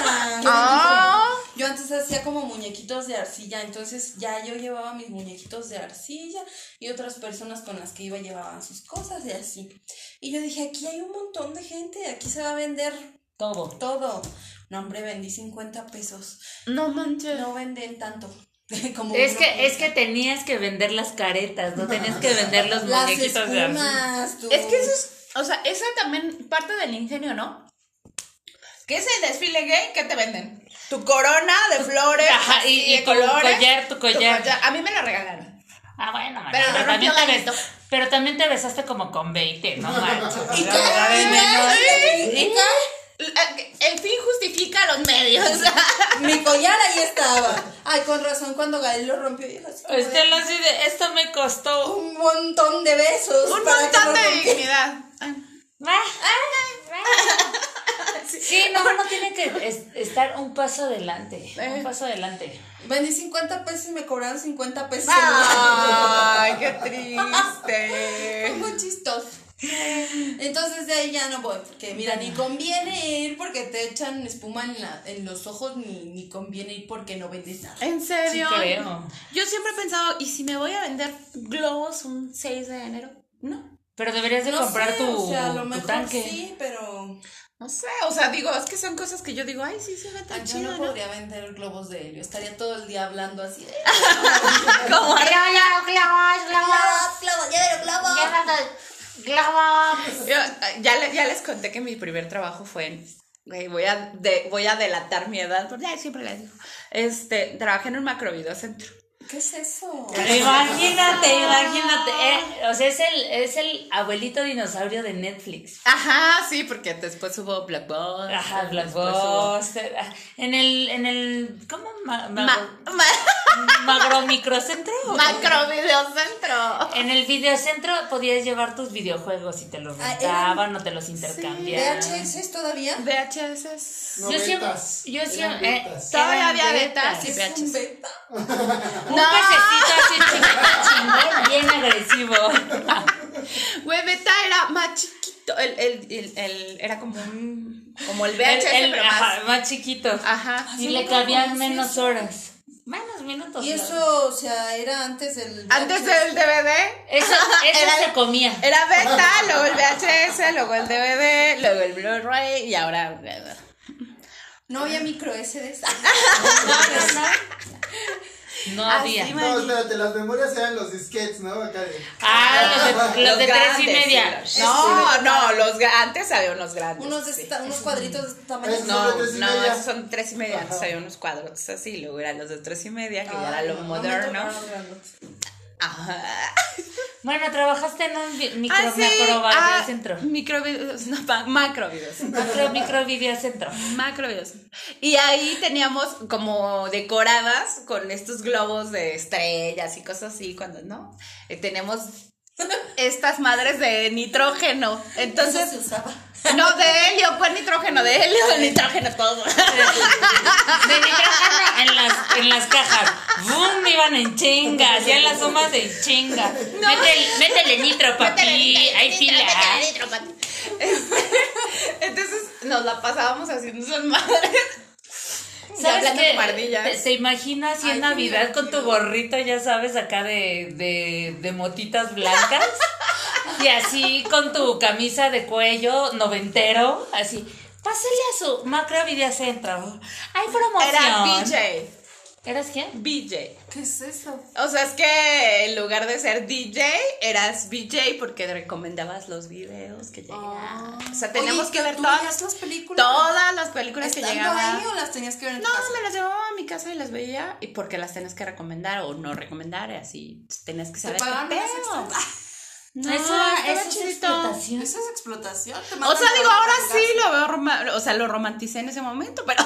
Ah.
Yo antes hacía como muñequitos de arcilla, entonces ya yo llevaba mis muñequitos de arcilla y otras personas con las que iba llevaban sus cosas y así. Y yo dije, aquí hay un montón de gente, aquí se va a vender
Todo.
todo. No, hombre, vendí 50 pesos.
No manches.
No venden tanto. <laughs> Como
Es
uno
que, es
piensa.
que tenías que vender las caretas, no tenías que vender los
Las
muñequitos de arcilla.
espumas, tú.
Es que eso es, o sea, esa también parte del ingenio, ¿no? Que es el desfile gay que te venden. Tu corona de flores
Ajá, y-
así
y
de
con un
colores,
collar, tu collar.
A mí me la regalaron.
Ah, bueno, man,
Pero me rompió
te
la
bes-
mano.
pero también te besaste como con 20, <laughs> ¿no manches?
¿Y
La
qué?
verdad es menos.
¿Y
¿Y qué? El fin justifica los medios.
Mi collar ahí estaba. Ay, con razón, cuando Gael lo rompió, dijo así como de,
Estela así de, esto me costó.
un montón de
<laughs>
besos.
Un
para que
montón
lo
de
rompiera".
dignidad.
Sí, no, uno tiene que es- estar un paso adelante.
Eh.
Un paso adelante.
Vendí 50 pesos y me cobraron 50 pesos.
Ah. <laughs> Ay, qué triste.
Fue muy
<laughs>
chistoso. Entonces de ahí ya no voy, porque mira, ni conviene ir porque te echan espuma en, la- en los ojos, ni, ni conviene ir porque no vendes nada.
¿En serio?
Sí, creo.
Yo siempre he pensado, ¿y si me voy a vender globos un 6 de enero? No.
Pero deberías de
No
comprar
sé,
tu,
o sea, a lo
tu
mejor
tanque.
sí, pero
No sé, o sea, digo, es que son cosas que yo digo, ay, sí, se ve tan
yo
chido,
no
¿no?
podría vender globos de helio, estaría todo el día hablando así. de, "Eh,
Como
"Globos, globos, llévalo, globos".
Yo, eh, ya, le- ya les conté que mi primer trabajo fue en. güey, voy, a de- voy a delatar mi edad, porque ay, siempre les digo. Este, trabajé en un macrovideocentro.
¿Qué es eso?
Imagínate, imagínate. eh, o sea, es el, es el abuelito dinosaurio de Netflix.
Ajá, sí, porque después hubo Blackboard.
Ajá, Blockbuster. ah, En el, en el, ¿cómo? Ma-
Ma, <laughs>
magro-
ma-
magromicrocentro.
macrovideocentro.
En el videocentro podías llevar tus videojuegos y te los
Ah,
rentaban o te los intercambiaban.
¿VHS todavía?
VHS.
Yo siempre,
Noventas.
yo
Eran
siempre, eh,
betas.
Todavía
eran
había betas.
¿Qué
Sí,
es un
VHS.
beta?
Un pececito así chiquito, chingón, bien agresivo.
Güey, Beta era más chiquito. El, el, el, el- era como un. Como el VHS,
El- el-
pero
ajá,
más.
más chiquito.
Ajá.
Y
sí,
le
no
cabían
conocí
menos
eso.
horas. Menos minutos.
Y
claro.
eso, o sea, era antes del.
Oh, Antes
VHS.
del DVD,
Eso, eso
<laughs> Era-
se comía.
Era beta, luego el VHS, luego el DVD, luego el Blu-ray y ahora.
No había micro
<laughs>
SDs.
No
Así
había.
me-
No, espérate, las memorias eran los disquets, ¿no? Acá de-
Ah, los de, los de tres y
grandes,
media.
sí, los-
Sí,
No,
de
no, los gra- antes había unos grandes.
unos, de
sí. Pues
esta- unos cuadritos de este tamaño.
Es-
No,
Son de tres y
no,
media.
esos son tres y media. Antes había unos cuadros así, luego eran los de tres y media, que ya era
Ay,
lo
Ah, no, no me
moderno.
tocaron grandotes.
Ajá.
Bueno, trabajaste en un vi- micro,
Ah, sí,
macro
ah,
videocentro.
microvideos, no, pa- macrovideos.
Macro, micro videocentro.
Macrovideos. Y ahí teníamos como decoradas con estos globos de estrellas y cosas así, cuando, ¿no? Eh, tenemos estas madres de nitrógeno.
Entonces
Entonces,
se usaba.
no de helio, pues nitrógeno, de helio, nitrógeno todo.
De nitrógeno en las, en las cajas. ¡Bum! Iban en chinga. Hacían las sumas de chinga. Métele, métele
<laughs>
nitro, papi. Hay pila.
Entonces, nos la pasábamos haciendo esas madres. Y
¿Sabes
hablando
qué?
como ardillas.
¿Te, te imaginas y en
Ay, qué
Navidad con tu
divertido.
gorrito, ya sabes, acá de, de, de motitas blancas? y así con tu camisa de cuello noventero, así. Pásale a su macro videocentro. Hay
Era
promoción.
BJ.
¿Eras quién?
BJ.
¿Qué es eso?
O sea, es que en lugar de ser DJ, eras BJ porque te recomendabas los videos que llegaban. o sea, teníamos
Ah. Oye,
que ver
¿tú veías
todas,
las películas?
todas las películas que
¿Estando
llegaban.
ahí o las tenías que ver en tu
No,
casa?
me las llevaba a mi casa y las veía y porque las tenías que recomendar o no recomendar y así tenías que saber
¿Te pagaban
qué
horas
pedo.
extras? Ah,
No,
Eso-
estaba
eso es
chidito.
explotación.
Eso es explotación. te
O
mandan
sea,
a
digo, ahora
otro
sí
lugar.
lo veo, roma- o sea, lo romanticé en ese momento, <laughs> pero,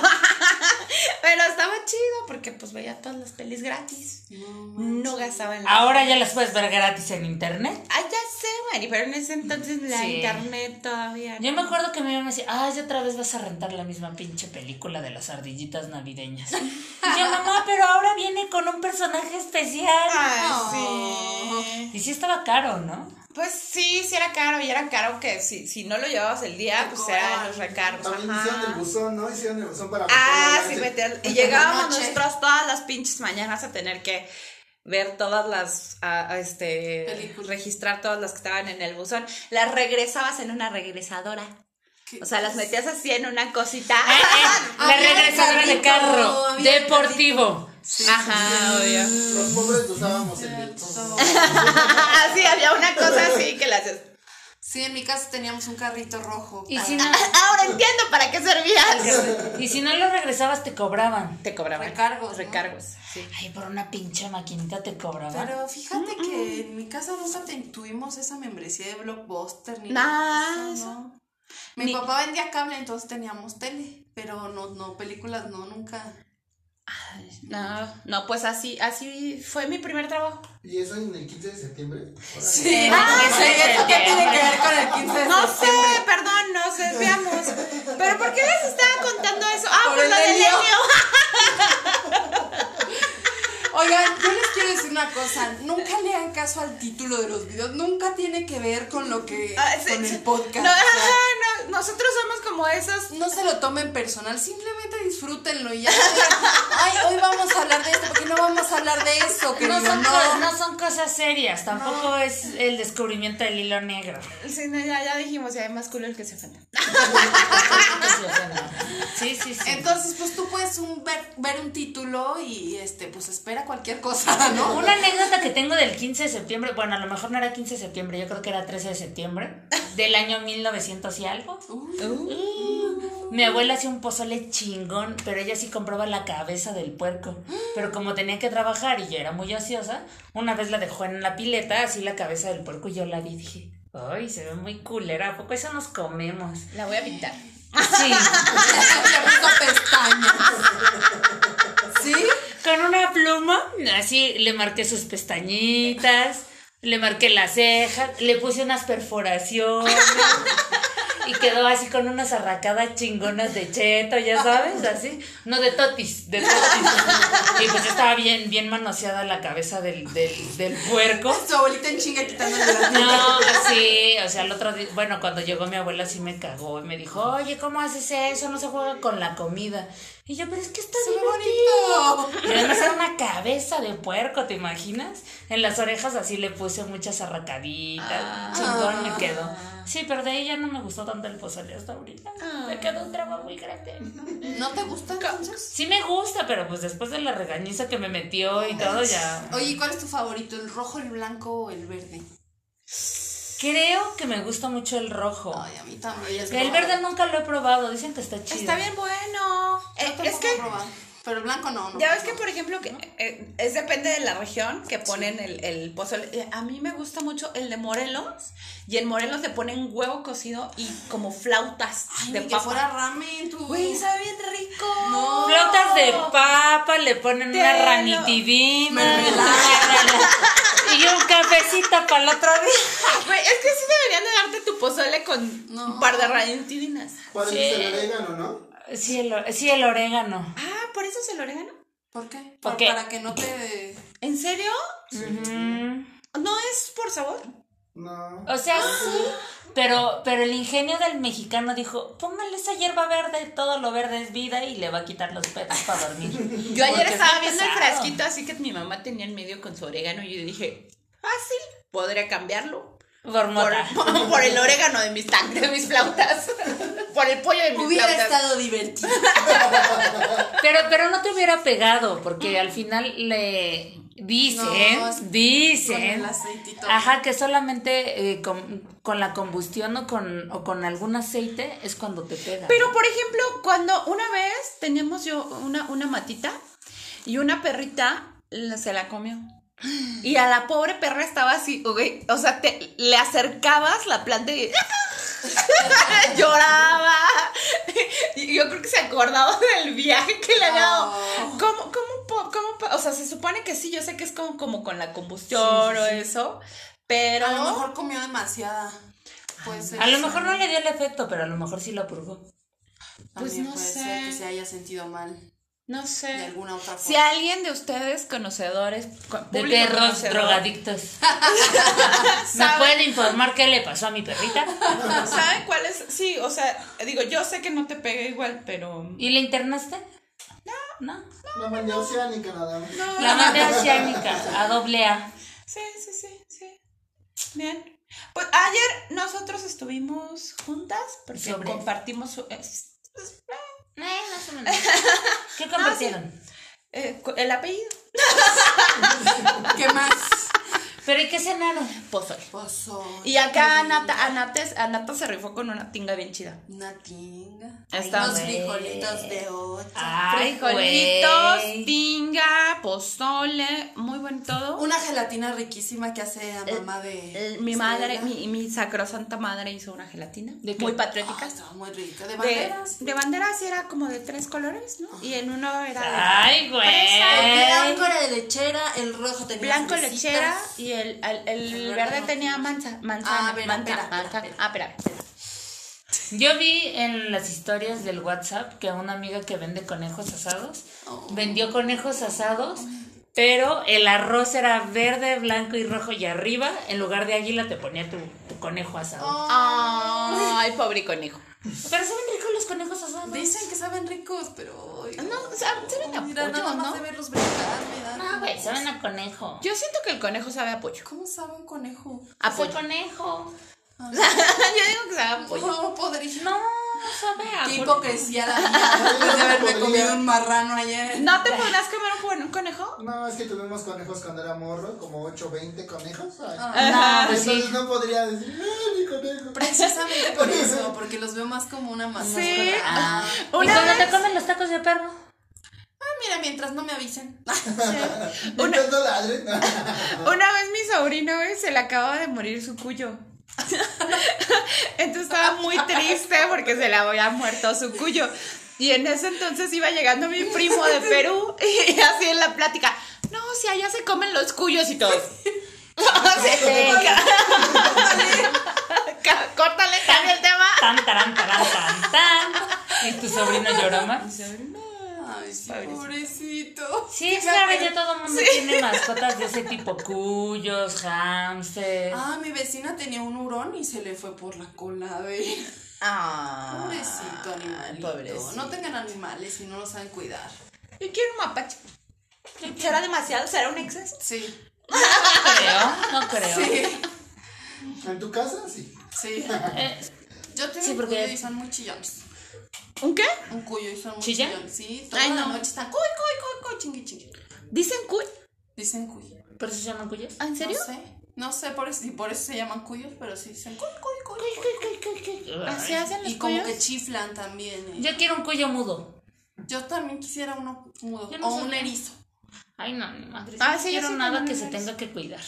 pero estaba chido porque pues veía todas las pelis gratis. No gastaban la...
Ahora ya las puedes ver gratis en internet.
Ah, ya sé, Mari, pero en ese entonces la
Sí.
internet todavía.
Yo me acuerdo que mi mamá me decía, ay, otra vez vas a rentar la misma pinche película de las ardillitas navideñas. Y yo, mamá, pero ahora viene con un personaje especial.
Ay, sí.
Y sí estaba caro, ¿no?
Pues sí, sí era caro, y era caro que si, si no lo llevabas el día,
Te
pues eran
cobraban.
los recargos.
También
ajá.
hicieron el buzón, ¿no? Hicieron el buzón para.
Ah,
meterlo
sí,
al
meter- Y
Ajá.
llegábamos
noche.
nosotros todas las pinches mañanas a tener que ver todas las, ah, ah, este,
Películas.
registrar todas las que estaban en el buzón. Las regresabas en una regresadora. O sea, las metías así en una cosita.
Eh, eh, la
Ah, Había
regresadora de
carrito,
carro,
había
deportivo.
Ajá, obvio. <laughs>
Los pobres usábamos el buzón.
Ah, sí, había una cosa así que las...
Sí, en mi casa teníamos un carrito rojo.
Y
para-
si
<laughs>
no,
Ahora entiendo para qué servías.
y si no lo regresabas, te cobraban.
Te cobraban.
Recargos, ¿no?
Recargos, sí.
Ay, por una pinche maquinita te cobraban.
Pero fíjate que en mi casa nunca te- tuvimos esa membresía de Blockbuster ni
Nah,
nada de eso, ¿no? Mi
Ni-
papá vendía cable, entonces teníamos tele, pero no, no, películas no, nunca.
No, no, pues así, así fue mi primer trabajo.
¿Y eso en el 15 de septiembre? Ahora,
Sí,
Ah, sí, sí, sí.
ver con el 15 de
No sé,
septiembre?
perdón, nos desviamos. ¿Pero por qué les estaba contando eso? Ah, por,
Por el
lo del
helio.
helio.
Oigan, yo les quiero decir una cosa, nunca le hagan caso al título de los videos, nunca tiene que ver con lo que,
Ah, sí,
con
sí.
el podcast.
No,
o sea,
ajá, no, nosotros somos como esos.
no se lo tomen personal, simplemente disfrútenlo y ya. digan, Ay, hoy vamos a hablar de esto, porque no vamos a hablar de eso, que
No
no,
son, co- no son cosas serias, tampoco es el descubrimiento del hilo
<laughs>
negro.
Sí, no, ya, ya dijimos, y además culo el que se ofenda.
Sí, sí, sí.
Entonces, pues tú puedes un ver, ver un título y este, pues espera cualquier
<laughs>
cosa, ¿no?
Una anécdota que tengo del 15 de septiembre, bueno, a lo mejor no era 15 de septiembre, yo creo que era 13 de septiembre, del año 1900 y algo.
Uh.
Mi abuela hacía un pozole chingón, pero ella sí compraba la cabeza del puerco. Pero como tenía que trabajar y yo era muy ociosa, una vez la dejó en la pileta, así la cabeza del puerco, y yo la vi y dije, ay, se ve muy culera, ¿a poco eso nos comemos?
La voy a pintar.
Sí,
Le puso pestañas. ¿Sí?
con una pluma, así le marqué sus pestañitas, le marqué las cejas, le puse unas perforaciones y quedó así con unas arracadas chingonas de cheto, ya sabes, así, no de totis, de totis. Y pues estaba bien, bien manoseada la cabeza del, del, del puerco.
Su abuelita en chinga quitándole la
No, sí, o sea, el otro día, bueno, cuando llegó mi abuela sí me cagó y me dijo, oye, ¿cómo haces eso? No se juega con la comida. Y yo, pero es que está
Se ve
bien
bonito.
y además era una cabeza de puerco, ¿te imaginas? En las orejas así le puse muchas arracaditas. Chingón me quedó. Sí, pero de ahí ya no me gustó tanto el pozole hasta ahorita. Me quedó un drama muy grande.
¿No te gusta entonces?
Sí me gusta, pero pues después de la regañiza que me metió y todo ya.
Oye, ¿y ¿cuál es tu favorito? ¿El rojo, el blanco o el verde?
Creo que me gusta mucho el rojo.
Ay, a mí también.
El verde nunca lo he probado, dicen que está chido.
Está bien bueno. Eh, es que,
Pero el blanco no, no.
ya ves que, por ejemplo, que eh, es depende de la región que ponen el, el pozole. Eh, A mí me gusta mucho el de Morelos. Y en Morelos le ponen huevo cocido y como flautas
Ay,
de
ni que
papa.
fuera ramen, tú.
Güey, sabe bien rico.
No.
Flautas de papa, le ponen
Te
una
lo-
ranitidina
Mermelada.
<laughs> y un cafecito para el otro día.
Güey, es que sí deberían de darte tu pozole con
No.
un par de ralentidinas.
¿Cuál
Sí.
es el orégano, no?
Sí, el, o- sí, el orégano.
Ah, ¿por eso es el orégano?
¿Por qué?
¿Por
Pa-
qué?
Para que
<laughs>
no te.
¿En serio?
Mm.
¿No es por sabor?
No.
O sea, sí, pero, pero el ingenio del mexicano dijo, póngale esa hierba verde, todo lo verde es vida y le va a quitar los pedos para dormir.
<laughs>
Yo ayer
Porque
estaba
está
viendo el
pesado.
frasquito así que mi mamá tenía en medio con su orégano y yo dije, fácil, podría cambiarlo.
Por
Por,
mota.
<laughs> por el orégano de mis, tan- de mis flautas. <laughs> Por el pollo de mis
Hubiera
flautas.
estado
<laughs>
divertido.
Pero, pero no te hubiera pegado, porque al final le dicen,
No, es-
dicen.
con el aceitito.
Ajá, que solamente eh, con, con la combustión o con, o con algún aceite es cuando te pega.
Pero, por ejemplo, cuando una vez teníamos yo una, una matita y una perrita la- se la comió. Y a la pobre perra estaba así, güey, o sea, te, le acercabas la planta y <laughs> lloraba. Y yo creo que se acordaba del viaje que le había dado.
Oh.
¿Cómo, cómo sea, se supone que sí, yo sé que es como, como con la combustión o eso, pero...
A lo mejor comió demasiada. Pues, este, Puede ser
A lo
eso.
mejor no le dio el efecto, pero a lo mejor sí lo purgó.
Pues
También
no
puede
sé.
ser que se haya sentido mal
No
de
sé.
alguna otra forma.
Si alguien de ustedes, conocedores, co-
De
público
perros
conocedor,
drogadictos. ¿Me pueden informar qué le pasó a mi perrita?
¿saben cuál es? Sí, o sea, digo, yo sé que no te pega igual, pero...
¿Y la internaste? No. No.
La mandé a Oceánica nada más.
La mandé a Oceánica, a doble A.
Sí, sí, sí, sí. Bien. Pues ayer nosotros estuvimos juntas porque
Sobre.
compartimos su- es-
Eh, más o menos. <laughs> ¿Qué compartieron?
eh, cu- el apellido.
¿Qué más?
<laughs>
Pues,
¿Pero y qué cenaron?
Pozole.
Pozole.
Y acá Anata, Anates, Anata se rifó con una tinga bien chida.
Una tinga.
Está Ah.
Unos
bueno.
frijolitos de ocho.
Ay,
Frijolitos,
güey.
tinga, pozole, muy buen todo.
Una gelatina riquísima que hace la mamá de.
Eh, mi madre,
Isabela.
mi, mi sacrosanta madre hizo una gelatina muy
Ah,
patriótica.
estaba muy rica. De
De,
banderas.
de banderas y era como de tres colores, ¿no? Y en uno era de-
Ay,
El
güey.
blanco era de lechera, el rojo tenía.
Blanco
fresitas.
lechera y el, el, el
El verde
verde
no.
tenía manza, manzana,
Ah, pera,
manza,
pera,
manza.
pera,
Ah, espera.
Yo vi en las historias del WhatsApp que una amiga que vende conejos asados
Oh.
vendió conejos asados, pero el arroz era verde, blanco y rojo y arriba, en lugar de águila te ponía tu, tu conejo asado.
Ay, pobre conejo.
Pero saben ricos los conejos asados.
Dicen que saben ricos, pero. ay,
No, o sea, saben a
Mira,
pollo,
nada más
¿no?
de verlos brincar, me da.
No, Ah, güey, saben a conejo.
Yo siento que el conejo sabe a pollo.
¿Cómo sabe un conejo?
A
Soy
pollo.
conejo.
<laughs> Yo digo que sabe
<laughs>
a pollo.
No podría.
No, sabe a
Qué
conejo.
hipocresía la mía. Después de haberme comido un marrano ayer.
¿No te podrás comer un buen- un conejo?
No, es que tuvimos conejos cuando era morro, como 8 20 conejos. ay.
Ah, pues
Entonces
sí.
no podría decir, ¡ay, mi conejo!
Precisamente por eso, porque los veo más como una mascota.
Sí.
Ah,
¿Y
Una
cuando
vez-
te comen los tacos de perro?
mira, mientras no me avisen.
Mientras no ladren.
Una vez mi sobrino, güey, se le acaba de morir su cuyo. Entonces estaba muy triste porque se le había muerto su cuyo. Y en ese entonces iba llegando mi primo de Perú y así en la plática, no, si allá se comen los cuyos y todos. Ca- Córtale, cambia el tema.
Tan, tan, tan, tan, tan. ¿Y tu sobrino lloró más?
Ay, sí, pobrecito.
Sí, es que ahora ya todo el mundo tiene mascotas de ese tipo, cuyos, hamsters.
Ah, mi vecina tenía un hurón y se le fue por la cola de.
Ah,
Pobrecito animalito. No tengan animales si no los saben cuidar.
Yo quiero un mapache. ¿Será demasiado? ¿Será un exceso?
Sí,
No creo, no creo.
<laughs> ¿En tu casa? Sí.
sí.
Eh,
Yo tengo
Sí,
un
porque-
cuyo y son muy chillones.
¿Un qué?
Un cuyo y son muy
¿Chillan?
chillones. Sí, toda
Ay,
la
no.
noche están cuy, cuy, cuy, cuy, chingui, chingui.
¿Dicen cuy? ¿Ah,
Dicen cuy.
¿Por eso se llaman cuyos?
¿En serio?
No sé, no sé por, si por eso se llaman cuyos, pero sí dicen cuy, cuy, cuy, cuy.
¿Así hacen los
Y como
cuyos?
que chiflan también. eh.
Yo quiero un cuyo mudo.
Yo también quisiera uno mudo
Yo no
o un
sabía.
erizo.
Ay, no, mi madre.
Ah,
no
sí, yo
quiero
sí
nada
también
que
me
se
parece.
tenga que cuidar.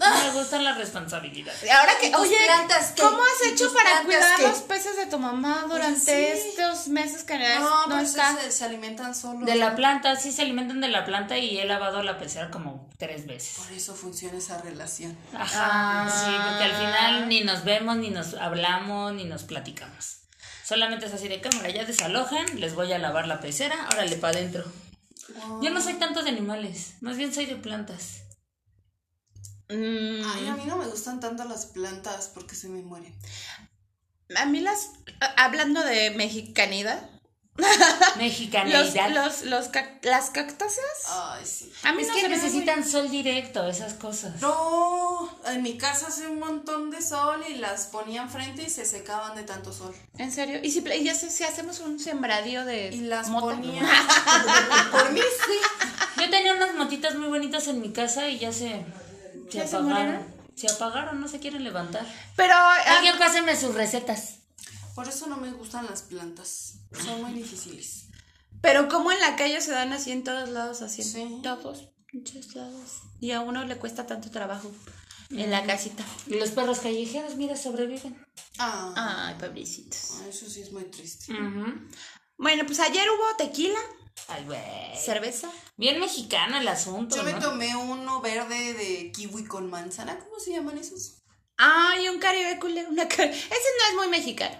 Ah. No me gusta la responsabilidad.
Ahora
¿Y
que,
tus
oye,
plantas qué?
¿cómo has
¿Y
hecho
tus
para
plantas
cuidar
qué?
los peces de tu mamá durante
sí.
estos meses que
No,
no,
pues
está?
se, se alimentan solo.
De la planta, sí se alimentan de la planta y he lavado la pecera como tres veces.
Por eso funciona esa relación.
Ah.
Ajá, sí, porque al final ni nos vemos, ni nos hablamos, ni nos platicamos. Solamente es así de cámara, ya desalojan, les voy a lavar la pecera, órale para adentro. Yo no soy tanto de animales, más bien soy
<laughs>
de plantas.
Mm,
Ay, a mí no me gustan tanto las plantas porque se me mueren.
a mí las, a- hablando de mexicanidad, los,
Mexicanidad.
los, los cac- las cactáceas,
Ay, sí.
a mí
es
no
que
se me hacen
necesitan sol directo, esas cosas.
No, en mi casa hace un montón de sol y las ponían frente y se secaban de tanto sol.
muy- En serio, y si, pla- y ya sé, si hacemos un sembradío de
Y las
mota?
ponían.
<laughs>
Por mí sí.
Yo tenía unas motitas muy bonitas en mi casa y ya se, se
¿Ya se
apagaron.
murieron?
Se apagaron, no se quieren levantar.
Pero ah,
Alguien pásenme sus recetas.
Por eso no me gustan las plantas. Son muy difíciles.
Pero como en la calle se dan así en todos lados, así en
Sí.
todos, muchos lados. Y a uno le cuesta tanto trabajo en la casita.
Y los perros callejeros, mira, sobreviven.
Ah,
Ay, pobrecitos.
eso sí es muy triste.
Mm,
Ujú.
Bueno, pues ayer hubo tequila.
Ay, güey.
¿Cerveza?
Bien mexicano el
pues
asunto,
Yo me
¿no?
tomé uno verde de kiwi con manzana. ¿Cómo se llaman esos?
Ay, un caribe culero. Una car- Ese no es muy mexicano.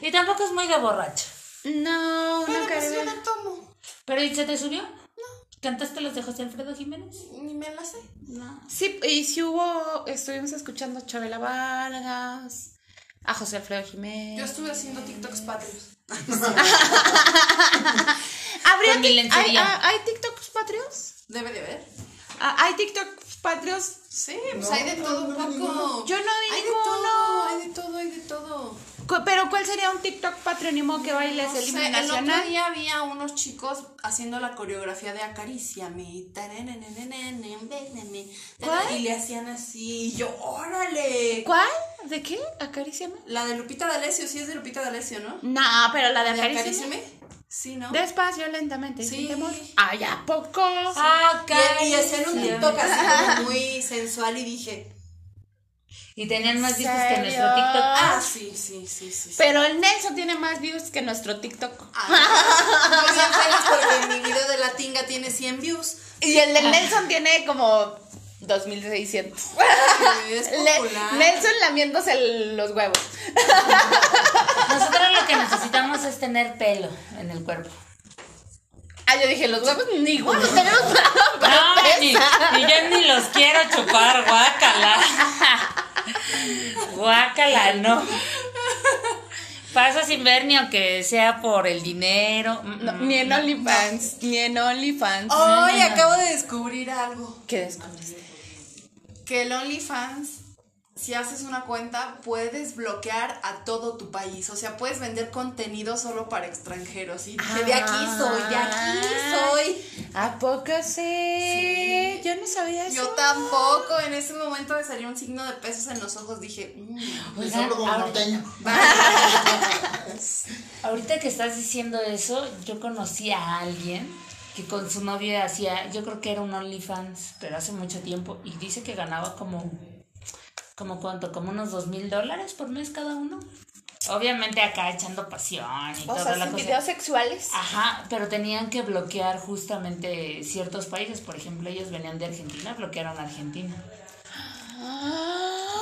Y tampoco es muy de borracho.
No, una
Pero pues yo
caribe.
no tomo.
¿Pero y se te subió? No. ¿Cantaste los de José Alfredo Jiménez?
Ni me la sé.
No.
Sí, y si hubo, estuvimos escuchando a Chabela Vargas, a José Alfredo Jiménez.
Yo estuve haciendo TikToks patrios.
¿Habría tic-
Con mi
¿Hay,
lencería.
hay- hay TikToks patrios?
Debe de haber.
Ah, ¿Hay TikToks patrios?
Sí, pues
No,
hay de
no,
todo un
no vi
poco.
ninguno.
Yo no vi
hay de
ninguno.
todo, hay de todo, hay de todo.
Cu- ¿Pero cuál sería un TikTok patriónimo que bailes
No
el himno
sé, El
nacional?
otro día había unos chicos haciendo la coreografía de Acaríciame. tarananananane, bésame, tarara,
¿Cuál?
Y le hacían así. Y yo, ¡órale!
¿Cuál? ¿De qué? ¿Acariciame?
La de Lupita D'Alessio, sí es de Lupita D'Alessio, ¿no?
No, pero la de
¿De
acariciame.
Acaríciame? Sí, ¿no?
Despacio, lentamente,
Sí.
sin temor. ¡Ay, a poco!
Ah,
Y, y hacían un TikTok
Acariciame.
así como muy sensual y dije,
Y tenían más vistas que
¿Serio?
nuestro TikTok.
ah, sí, sí, sí, sí. sí.
Pero el Nelson tiene más views que nuestro TikTok.
Ah, yo bien feliz porque mi video de la tinga tiene 100 views.
Y el
Ah.
de Nelson tiene como 2600. <laughs>
Es
Le-
popular.
Nelson lamiéndose el- los huevos.
Nosotros lo que necesitamos es tener pelo en el cuerpo.
Ah, yo dije, los huevos ni huevos tenemos <laughs> para, para
Ay, ni,
pesar.
ni yo ni los quiero
<laughs>
chupar, guácala. Guácala, no. Pasa sin ver ni aunque sea por el dinero.
<laughs>
Mm,
No,
mm.
ni en OnlyFans, ni en OnlyFans.
Hoy acabo de descubrir algo.
¿Qué descubriste?
Que el OnlyFans, si haces una cuenta, puedes bloquear a todo tu país. O sea, puedes vender contenido solo para extranjeros. Y dije, de aquí
Ah,
soy, de aquí soy.
¿A poco sí? Yo no sabía eso.
Yo tampoco. En ese momento me salió un signo de pesos en los ojos. Dije,
<laughs>
mm,
Me
Oigan,
soplo como
ahora-
norteño.
Ahorita que estás diciendo eso, yo conocí a alguien que con su novio hacía, yo creo que era un OnlyFans, pero hace mucho tiempo, y dice que ganaba como, como cuánto, como unos dos mil dólares por mes cada uno. Obviamente acá echando pasión y
o
toda
sea,
la
sin
cosa.
videos sexuales.
Ah.
Ajá, pero tenían que bloquear justamente ciertos países. Por ejemplo, ellos venían de Argentina, bloquearon a Argentina.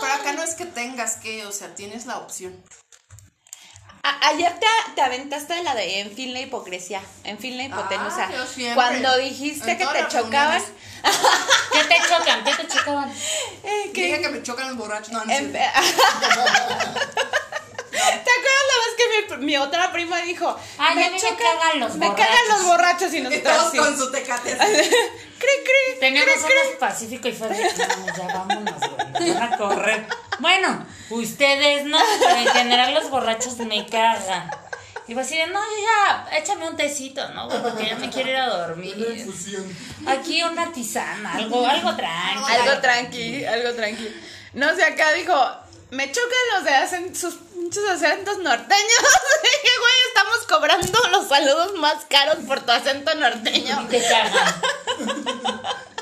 pero acá no es que tengas que, o sea, tienes la opción.
A- ayer te, te aventaste de la de en fin la hipocresía, en fin la hipotenusa.
Ah, yo siempre.
Cuando dijiste
En
que
todas
te
las
chocaban,
reuniones.
¿Qué te chocan? ¿Qué te chocaban?
eh, que-
Dije que me chocan los borrachos. No, no es
en- <laughs>
cierto.
¿Te acuerdas la vez que mi, mi otra prima dijo,
Ay, a mí me Ah, cagan los
me
borrachos"?
cagan los borrachos y
Y
nosotros
<laughs> todos
así.
con su
<laughs>
tecate.
Cri, cri,
Teníamos
cri, cri.
unos Pacífico y fue de, "No, ya vámonos, güey, nos van a correr. Bueno, ustedes no, pero en general los borrachos me cagan. Y va así de, no, yo ya, échame un tecito, ¿no? güey? Porque ya me quiero ir a
Una
dormir.
infusión.
Aquí una tisana, algo, algo tranqui.
Algo tranqui, algo tranqui. No sé, acá dijo, me chocan los de acen- sus pinches acentos norteños. <laughs> Dije, güey, estamos cobrando los saludos más caros por tu acento norteño.
Y te cagan.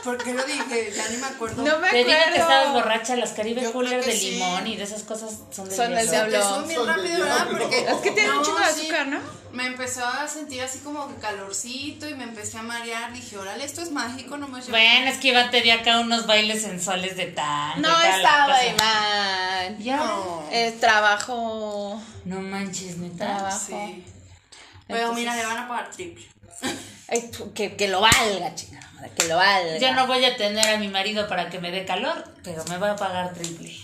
¿Por qué lo dije? Ya ni me acuerdo.
No me
Te digo que estabas
acuerdo.
borracha, las Caribe
Yo
Cooler
creo que
de
sí.
limón y de esas cosas son de
Son del
hielo.
diablo.
Empezó bien
Son de
rápido,
diablo.
¿verdad? Porque
Es que tiene un chingo de
sí.
azúcar, ¿no?
Me empezó a sentir así como que calorcito y me empecé a marear. Dije, órale, esto es mágico, no me
Bueno, es que iba a tener acá unos bailes sensuales de tango.
No
y tal,
estaba
la cosa.
Iván.
Ya.
No.
Es trabajo.
No manches, neta.
Trabajo.
Sí. Pero mira, le van a pagar triple.
Ay, tú, que, que lo valga, chingada. madre, Que lo valga.
Yo no voy a tener a mi marido para que me dé calor, pero me va a pagar triple.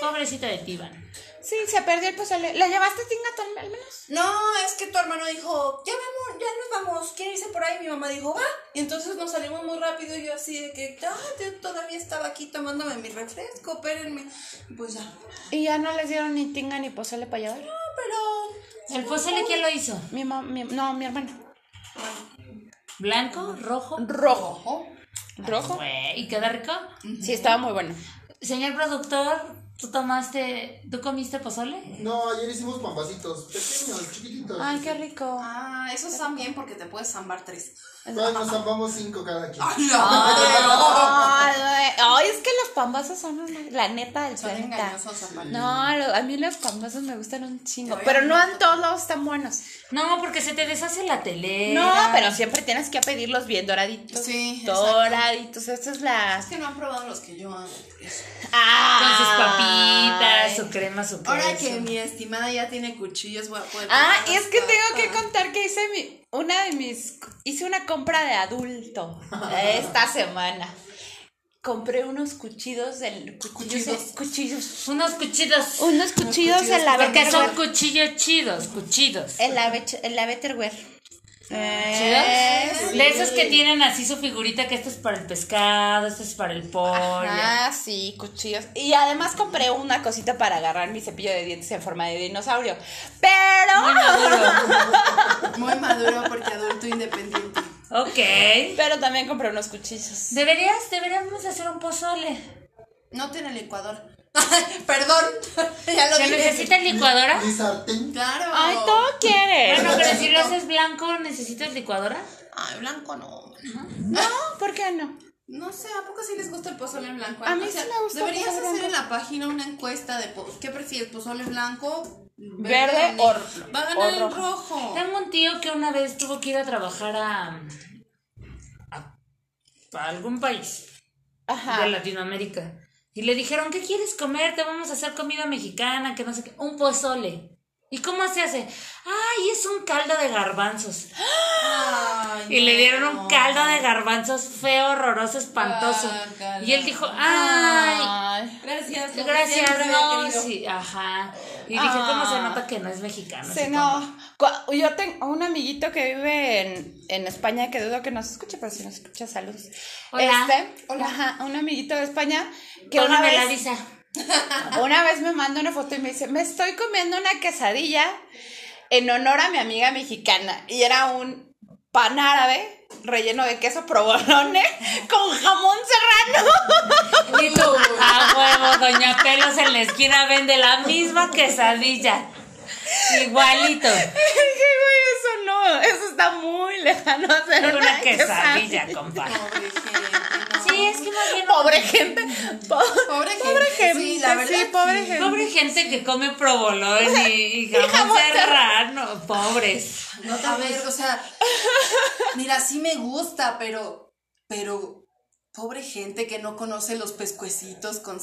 Pobrecita de Tivan.
Eh, Sí, se perdió el pozole. ¿La llevaste tinga al menos?
No, es que tu hermano dijo, ya vamos, ya nos vamos, quiere irse por ahí. Mi mamá dijo, va. Y entonces nos salimos muy rápido y yo así de que, "Ah, yo todavía estaba aquí tomándome mi refresco, espérenme. Pues ya. No,
Y ya no les dieron ni tinga ni pozole para llevar.
pero...
¿El pozole quién lo hizo?
Mi mamá, no, mi hermana.
¿Blanco? ¿Rojo?
Rojo.
Ojo.
¿Rojo?
Güey, ¿Y queda rico?
Sí, estaba muy bueno.
Señor productor, ¿Tú tomaste, tú comiste pozole?
No, ayer hicimos pambacitos, pequeños, chiquititos.
Ay, qué rico.
Ah, esos están bien porque te puedes zambar tres.
Bueno, nos zampamos cinco cada quien.
Ay, ay, es que las pambazas son una- la neta del
Son
planeta.
engañosos, aparte.
No, lo- a mí las pambazas me gustan un chingo.
Ay,
Pero
a mí
no en todos lados tan buenos.
No, porque se te deshace la tele.
No, pero siempre tienes que pedirlos bien doraditos.
Sí, exacto.
Doraditos. Esta es la.
Es que no han probado los que yo hago.
Con sus
Ah.
papitas, su crema, su queso.
Ahora que mi estimada ya tiene cuchillos, voy a poder.
Ah,
cortar
y es
las
que tengo que
papas.
contar que hice mi, una de mis, hice una compra de adulto esta semana. Compré unos cuchillos del, cuchillos, eh,
Cuchillos.
cuchillos,
Unos cuchillos.
unos cuchillos en la
porque son
Betterware,
cuchillos chidos, cuchillos.
en la, Bet- en la Betterware. Eh,
¿Chidos?
sí.
De esos que tienen así su figurita que esto es para el pescado, esto es para el pollo.
Ah, sí, cuchillos. Y además compré una cosita para agarrar mi cepillo de dientes en forma de dinosaurio.
Muy
Pero,
maduro.
Muy maduro porque adulto independiente.
ok.
<laughs> pero también compré unos cuchillos.
Deberías, deberíamos hacer un pozole.
No tiene licuador. <laughs> Perdón, <laughs> ya lo
¿Se
dije.
necesita licuadora?
Mi sartén.
Claro.
Ay, todo quieres.
Bueno, pero si lo haces blanco, ¿necesitas licuadora?
Ay, blanco no.
No, ¿por qué no?
No sé, ¿a poco sí les gusta el pozole en blanco?
A mí
O
sí
sea,
me gusta el
Deberías
pozole
hacer en
blanco.
la página una encuesta de po- qué prefieres, pozole blanco,
Verde
o
o-
negro? Va a
o
ganar el
rojo.
rojo.
Tengo un tío que una vez tuvo que ir a trabajar a, a- a algún país
Ajá.
de Latinoamérica. Y le dijeron, ¿qué quieres comer? Te vamos a hacer comida mexicana, que no sé qué. Un pozole. ¿Y cómo se hace? Ay, es un caldo de garbanzos.
Ay,
Y le dieron
no.
un caldo de garbanzos feo, horroroso, espantoso.
Guácala.
Y él dijo, ay,
Gracias. como
gracias,
siempre,
no,
querido.
sí, ajá. Y dije, ¿cómo se
Ah.
nota que no es mexicano?
Sí,
ese
no. Cu- Yo tengo un amiguito que vive en, en España que dudo que nos escuche, pero si nos escucha, saludos.
Hola.
Este, ajá, un amiguito de España que
Póngame
una
la
vez,
visa.
una vez me manda una foto y me dice, me estoy comiendo una quesadilla en honor a mi amiga mexicana. Y era un pan árabe relleno de queso
<laughs>
provolone con jamón serrano. <laughs>
Y tú, a huevo, Doña Pelos en la esquina vende la misma quesadilla. Igualito.
Dije, güey, eso no, eso está muy lejano a ser
Una,
una,
quesadilla, compa.
Pobre gente, no.
Sí, es que más bien.
Pobre gente. po-
Pobre
pobre,
gente,
gente.
sí,
Sí,
la verdad,
pobre
sí.
gente.
Pobre gente que come provolón y, y jamón
jamón
serrano. Pobres.
No, a ver, o sea, mira, sí me gusta, pero, pero, pobre gente que no conoce los pescuecitos con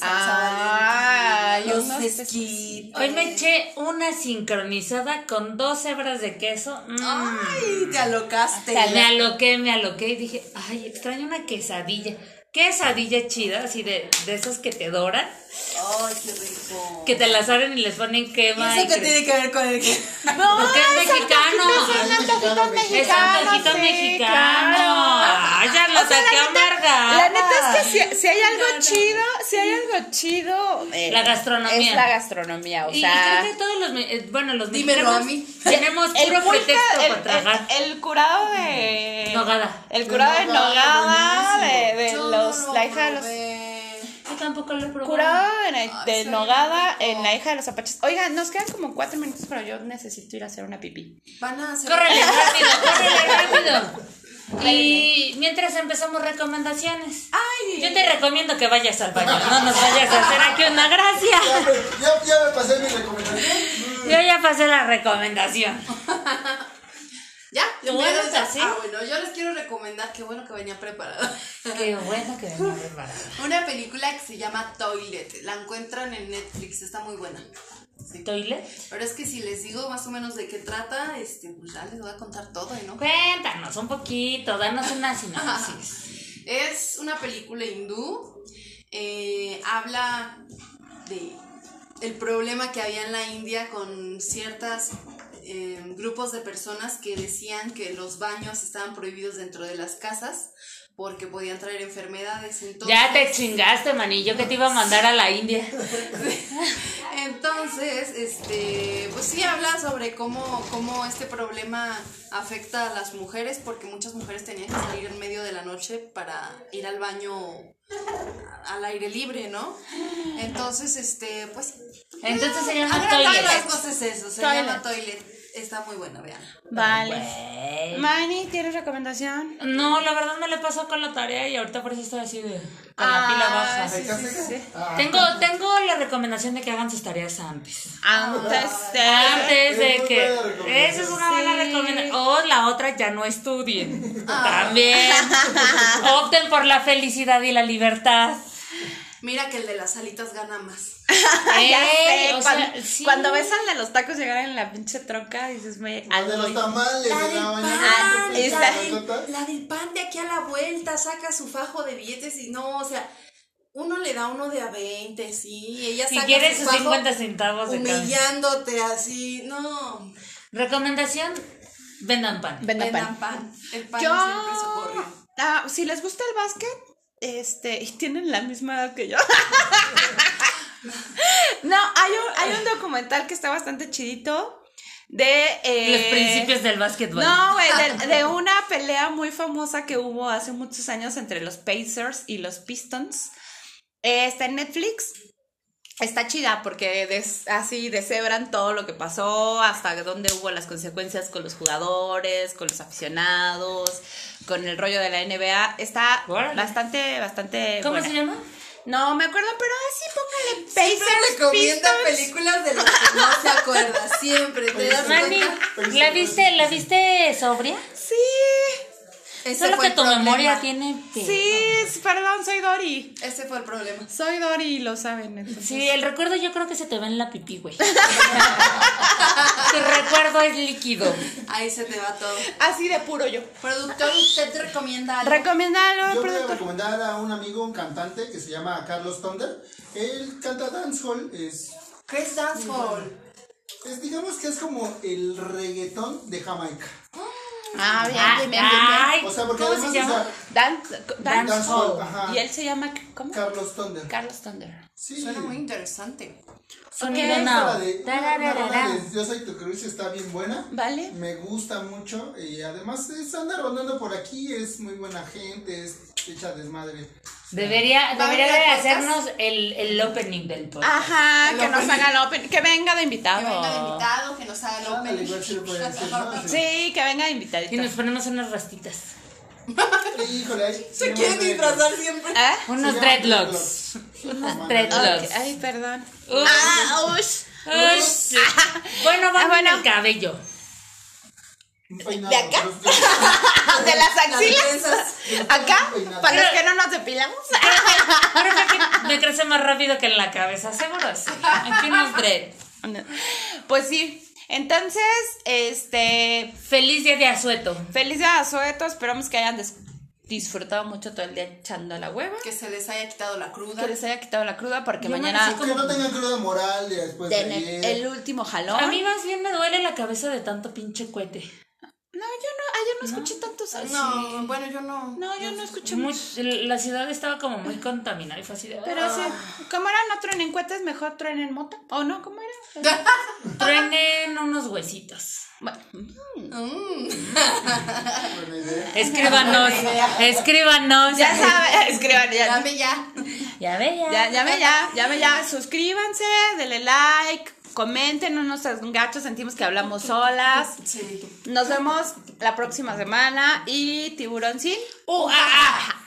salsa
Ay,
valentina, los
unos
esquitos.
Hoy me eché una sincronizada con dos hebras de queso. Mm.
Ay, te alocaste.
Me aloqué, me aloqué y dije, ay, extraño una quesadilla. Quesadilla chida, así de, de esas que te doran.
Ay, qué rico.
Que te las abren y les ponen
¿Y
crema.
eso
y
qué
cre-
tiene que ver con el que?
No,
Porque es
son
mexicano.
antojitos, son antojitos
Es
Es mexicano, mexicano.
mexicanos,
antojito
sí,
mexicano.
claro.
Ay, ya lo
O sea, la
saqué
neta-
amarga.
La neta es que si, si hay algo
no.
chido, si hay algo chido. eh,
La gastronomía.
Es la gastronomía, o
Y- y
sea.
creo que todos los, me- eh, bueno, los
Dímelo
mexicanos
a mí.
tenemos puro
pulque-
pretexto
el-
para tragar.
el- el curado de.
Nogada.
El curado de
De nogada,
Nogada, de,
buenísimo.
de
Yo
los,
no lo
la hija de los
probé.
Yo tampoco lo he probado.
Curado en el-
Ay,
de
soy
este, Nogada
rico.
en la hija de los apaches. Oigan, nos quedan como cuatro minutos, pero yo necesito ir a hacer una pipí.
Van a hacer.
Córrele rápido, córrele rápido. Y mientras empezamos recomendaciones.
Ay,
Yo te recomiendo que vayas al baño, no nos vayas a hacer aquí una gracia.
Ya me- Ya, ya me pasé mi recomendación.
Yo ya pasé la recomendación.
¿Ya?
Lo voy a
Ya,
anotar, ¿sí?
Ah, bueno, yo les quiero recomendar, qué bueno que venía preparada.
Qué bueno que venía preparada.
Una película que se llama Toilet. La encuentran en Netflix, está muy buena. Sí.
¿Toilet?
Pero es que si les digo más o menos de qué trata, este, pues ya les voy a contar todo, ¿no?
Cuéntanos un poquito, danos una sinopsis.
Es una película hindú. eh, habla de el problema que había en la India con eh, ciertos grupos de personas que decían que los baños estaban prohibidos dentro de las casas porque podían traer enfermedades. Entonces,
Ya te chingaste, manillo, que te iba a mandar a la India.
Entonces, este, pues sí habla sobre cómo, cómo este problema afecta a las mujeres, porque muchas mujeres tenían que salir en medio de la noche para ir al baño al aire libre, ¿no? Entonces, este, pues
Entonces se llama
Ahora todas las
toilet.
cosas eso, se
Toilet.
llama Toilet. Está muy buena, vean.
Vale.
Güey.
Mani, ¿tienes recomendación?
No, la verdad me le pasó con la tarea y ahorita por eso estoy así de. Con
Ah,
la pila baja.
sí, sí, sí.
Ah,
Tengo, tengo la recomendación de que hagan sus tareas antes.
Antes de-
Antes de
Es una buena recomendación.
que. Esa es una buena
Sí.
recomendación. O la otra, ya no estudien.
Ah. <laughs>
También. Opten por la felicidad y la libertad.
Mira que el de las alitas gana más.
Ah, Ya
Ey,
sé,
o sea,
cuan- cuando,
sí.
ves al de los tacos llegar en la pinche troca, dices, me.
la de los tamales
La
en
del
la
pan,
mañana.
Ah,
¿no?
esa.
Las
la del pan de aquí a la vuelta, saca su fajo de billetes y no, o sea, uno le da uno de a 20, sí, y ella
Si
saca
quieres
su
sus
fajo
50 centavos de cada.
humillándote así, no.
Recomendación: vendan pan.
Venda pan.
Vendan pan. El pan
Yo.
siempre se ocurre.
Ah, si les gusta el básquet, este, y tienen la misma edad que yo. <laughs> no, hay un, hay un documental que está bastante chidito de. eh,
Los principios del básquetbol.
No, güey, de, de una pelea muy famosa que hubo hace muchos años entre los Pacers y los Pistons. Eh, está en Netflix. Está chida porque des- así deshebran todo lo que pasó, hasta dónde hubo las consecuencias con los jugadores, con los aficionados, con el rollo de la NBA. Está
Órale.
bastante, bastante.
¿Cómo
buena.
se llama?
No me acuerdo, pero así póngale
Siempre
Pacers.
recomienda
Pistons.
películas de las que no se acuerda, siempre. Te das
Mani,
cuenta.
¿la viste, ¿la viste sobria?
Sí,
Ese
Solo
fue
que
el
tu
problema.
memoria tiene. pedo.
sí, perdón, soy Dory.
Ese fue el problema.
Soy Dory y lo saben. entonces.
Sí, el recuerdo yo creo que se te va en la pipí, güey. <laughs> tu recuerdo es líquido.
Ahí se te va todo.
Así de puro yo.
Productor, ¿usted te recomienda algo?
Recomiéndalo,
Yo voy a
productor.
recomendar a un amigo, un cantante que se llama Carlos Thunder. Él canta dancehall, es,
¿Qué es dancehall?
es digamos que es como el reggaetón de Jamaica.
Ah,
Ah,
bien, bien, bien, bien.
ay,
O sea, porque
¿Cómo
además,
se
o
llama?
sea,
Dan- Dan-
Dancehall, ajá.
Y él se llama, ¿cómo?
Carlos Thunder.
Carlos Thunder.
Sí.
Suena muy interesante.
Sonido
Ok,
Esta
no.
de- una- una rola
Tarararara.
de este. Yo soy tu cruz está bien buena.
¿Vale?
Me gusta mucho y además es, anda rondando por aquí, es muy buena gente, es hecha desmadre.
Debería,
¿Va a
debería de
venir al podcast?
hacernos el, el opening del podcast.
Ajá, que nos haga el open. Que venga de
Que venga de
invitado.
invitado, que nos haga el
Ándale,
open.
igual sí lo
<laughs>
pueden hacer, ¿no? Sí.
Sí, que venga de
Y nos
invitadito.
ponemos unas rastitas.
Híjole, ahí
Se
tenemos
quieren
de-
disfrazar siempre.
¿Eh?
Unos
llaman
dreadlocks. Unos
Ok,
dreadlocks.
Ay, perdón.
Uy.
Ah, ush.
Uy, sí. Bueno, va
Ah, bueno.
el cabello.
Un peinado,
¿De acá?
pero es que-
Ah, De las axilas.
trenzas.
Acá, para los que no nos depilamos. <laughs>
Ahora creo que me crece más rápido que en la cabeza, seguro sí. Aquí unos dread.
No. Pues sí. Entonces, este,
Feliz día de asueto.
Feliz día de Azueto, esperamos que hayan des- disfrutado mucho todo el día echando la hueva.
Que se les haya quitado la cruda.
Que les haya quitado la cruda porque
Yo me
mañana
Que no tengan cruda moral de después de
tienen
ayer.
el último jalón.
A mí más bien me duele la cabeza de tanto pinche cohete.
No, yo no, ayer no escuché tantos así.
No, bueno, yo no.
No, yo no escuché
Muy-
mucho.
la ciudad estaba como muy contaminada y fue así de.
Pero sí, como era no truenen cohetes, mejor truenen mota. ¿O no? ¿Cómo era?
"Ah, Truenen unos huesitos.
Bueno,
Buena idea.
Escríbanos. Escríbanos.
ya saben, <laughs> escriban, ya.
<laughs> Dame ya.
Ya ve, ya.
Ya, llame ya, llame ya, suscríbanse, denle like, comenten, no nos hagan gachos, sentimos que hablamos solas.
Sí.
Nos vemos la próxima semana y tiburón sin.
Uh, ah, ah.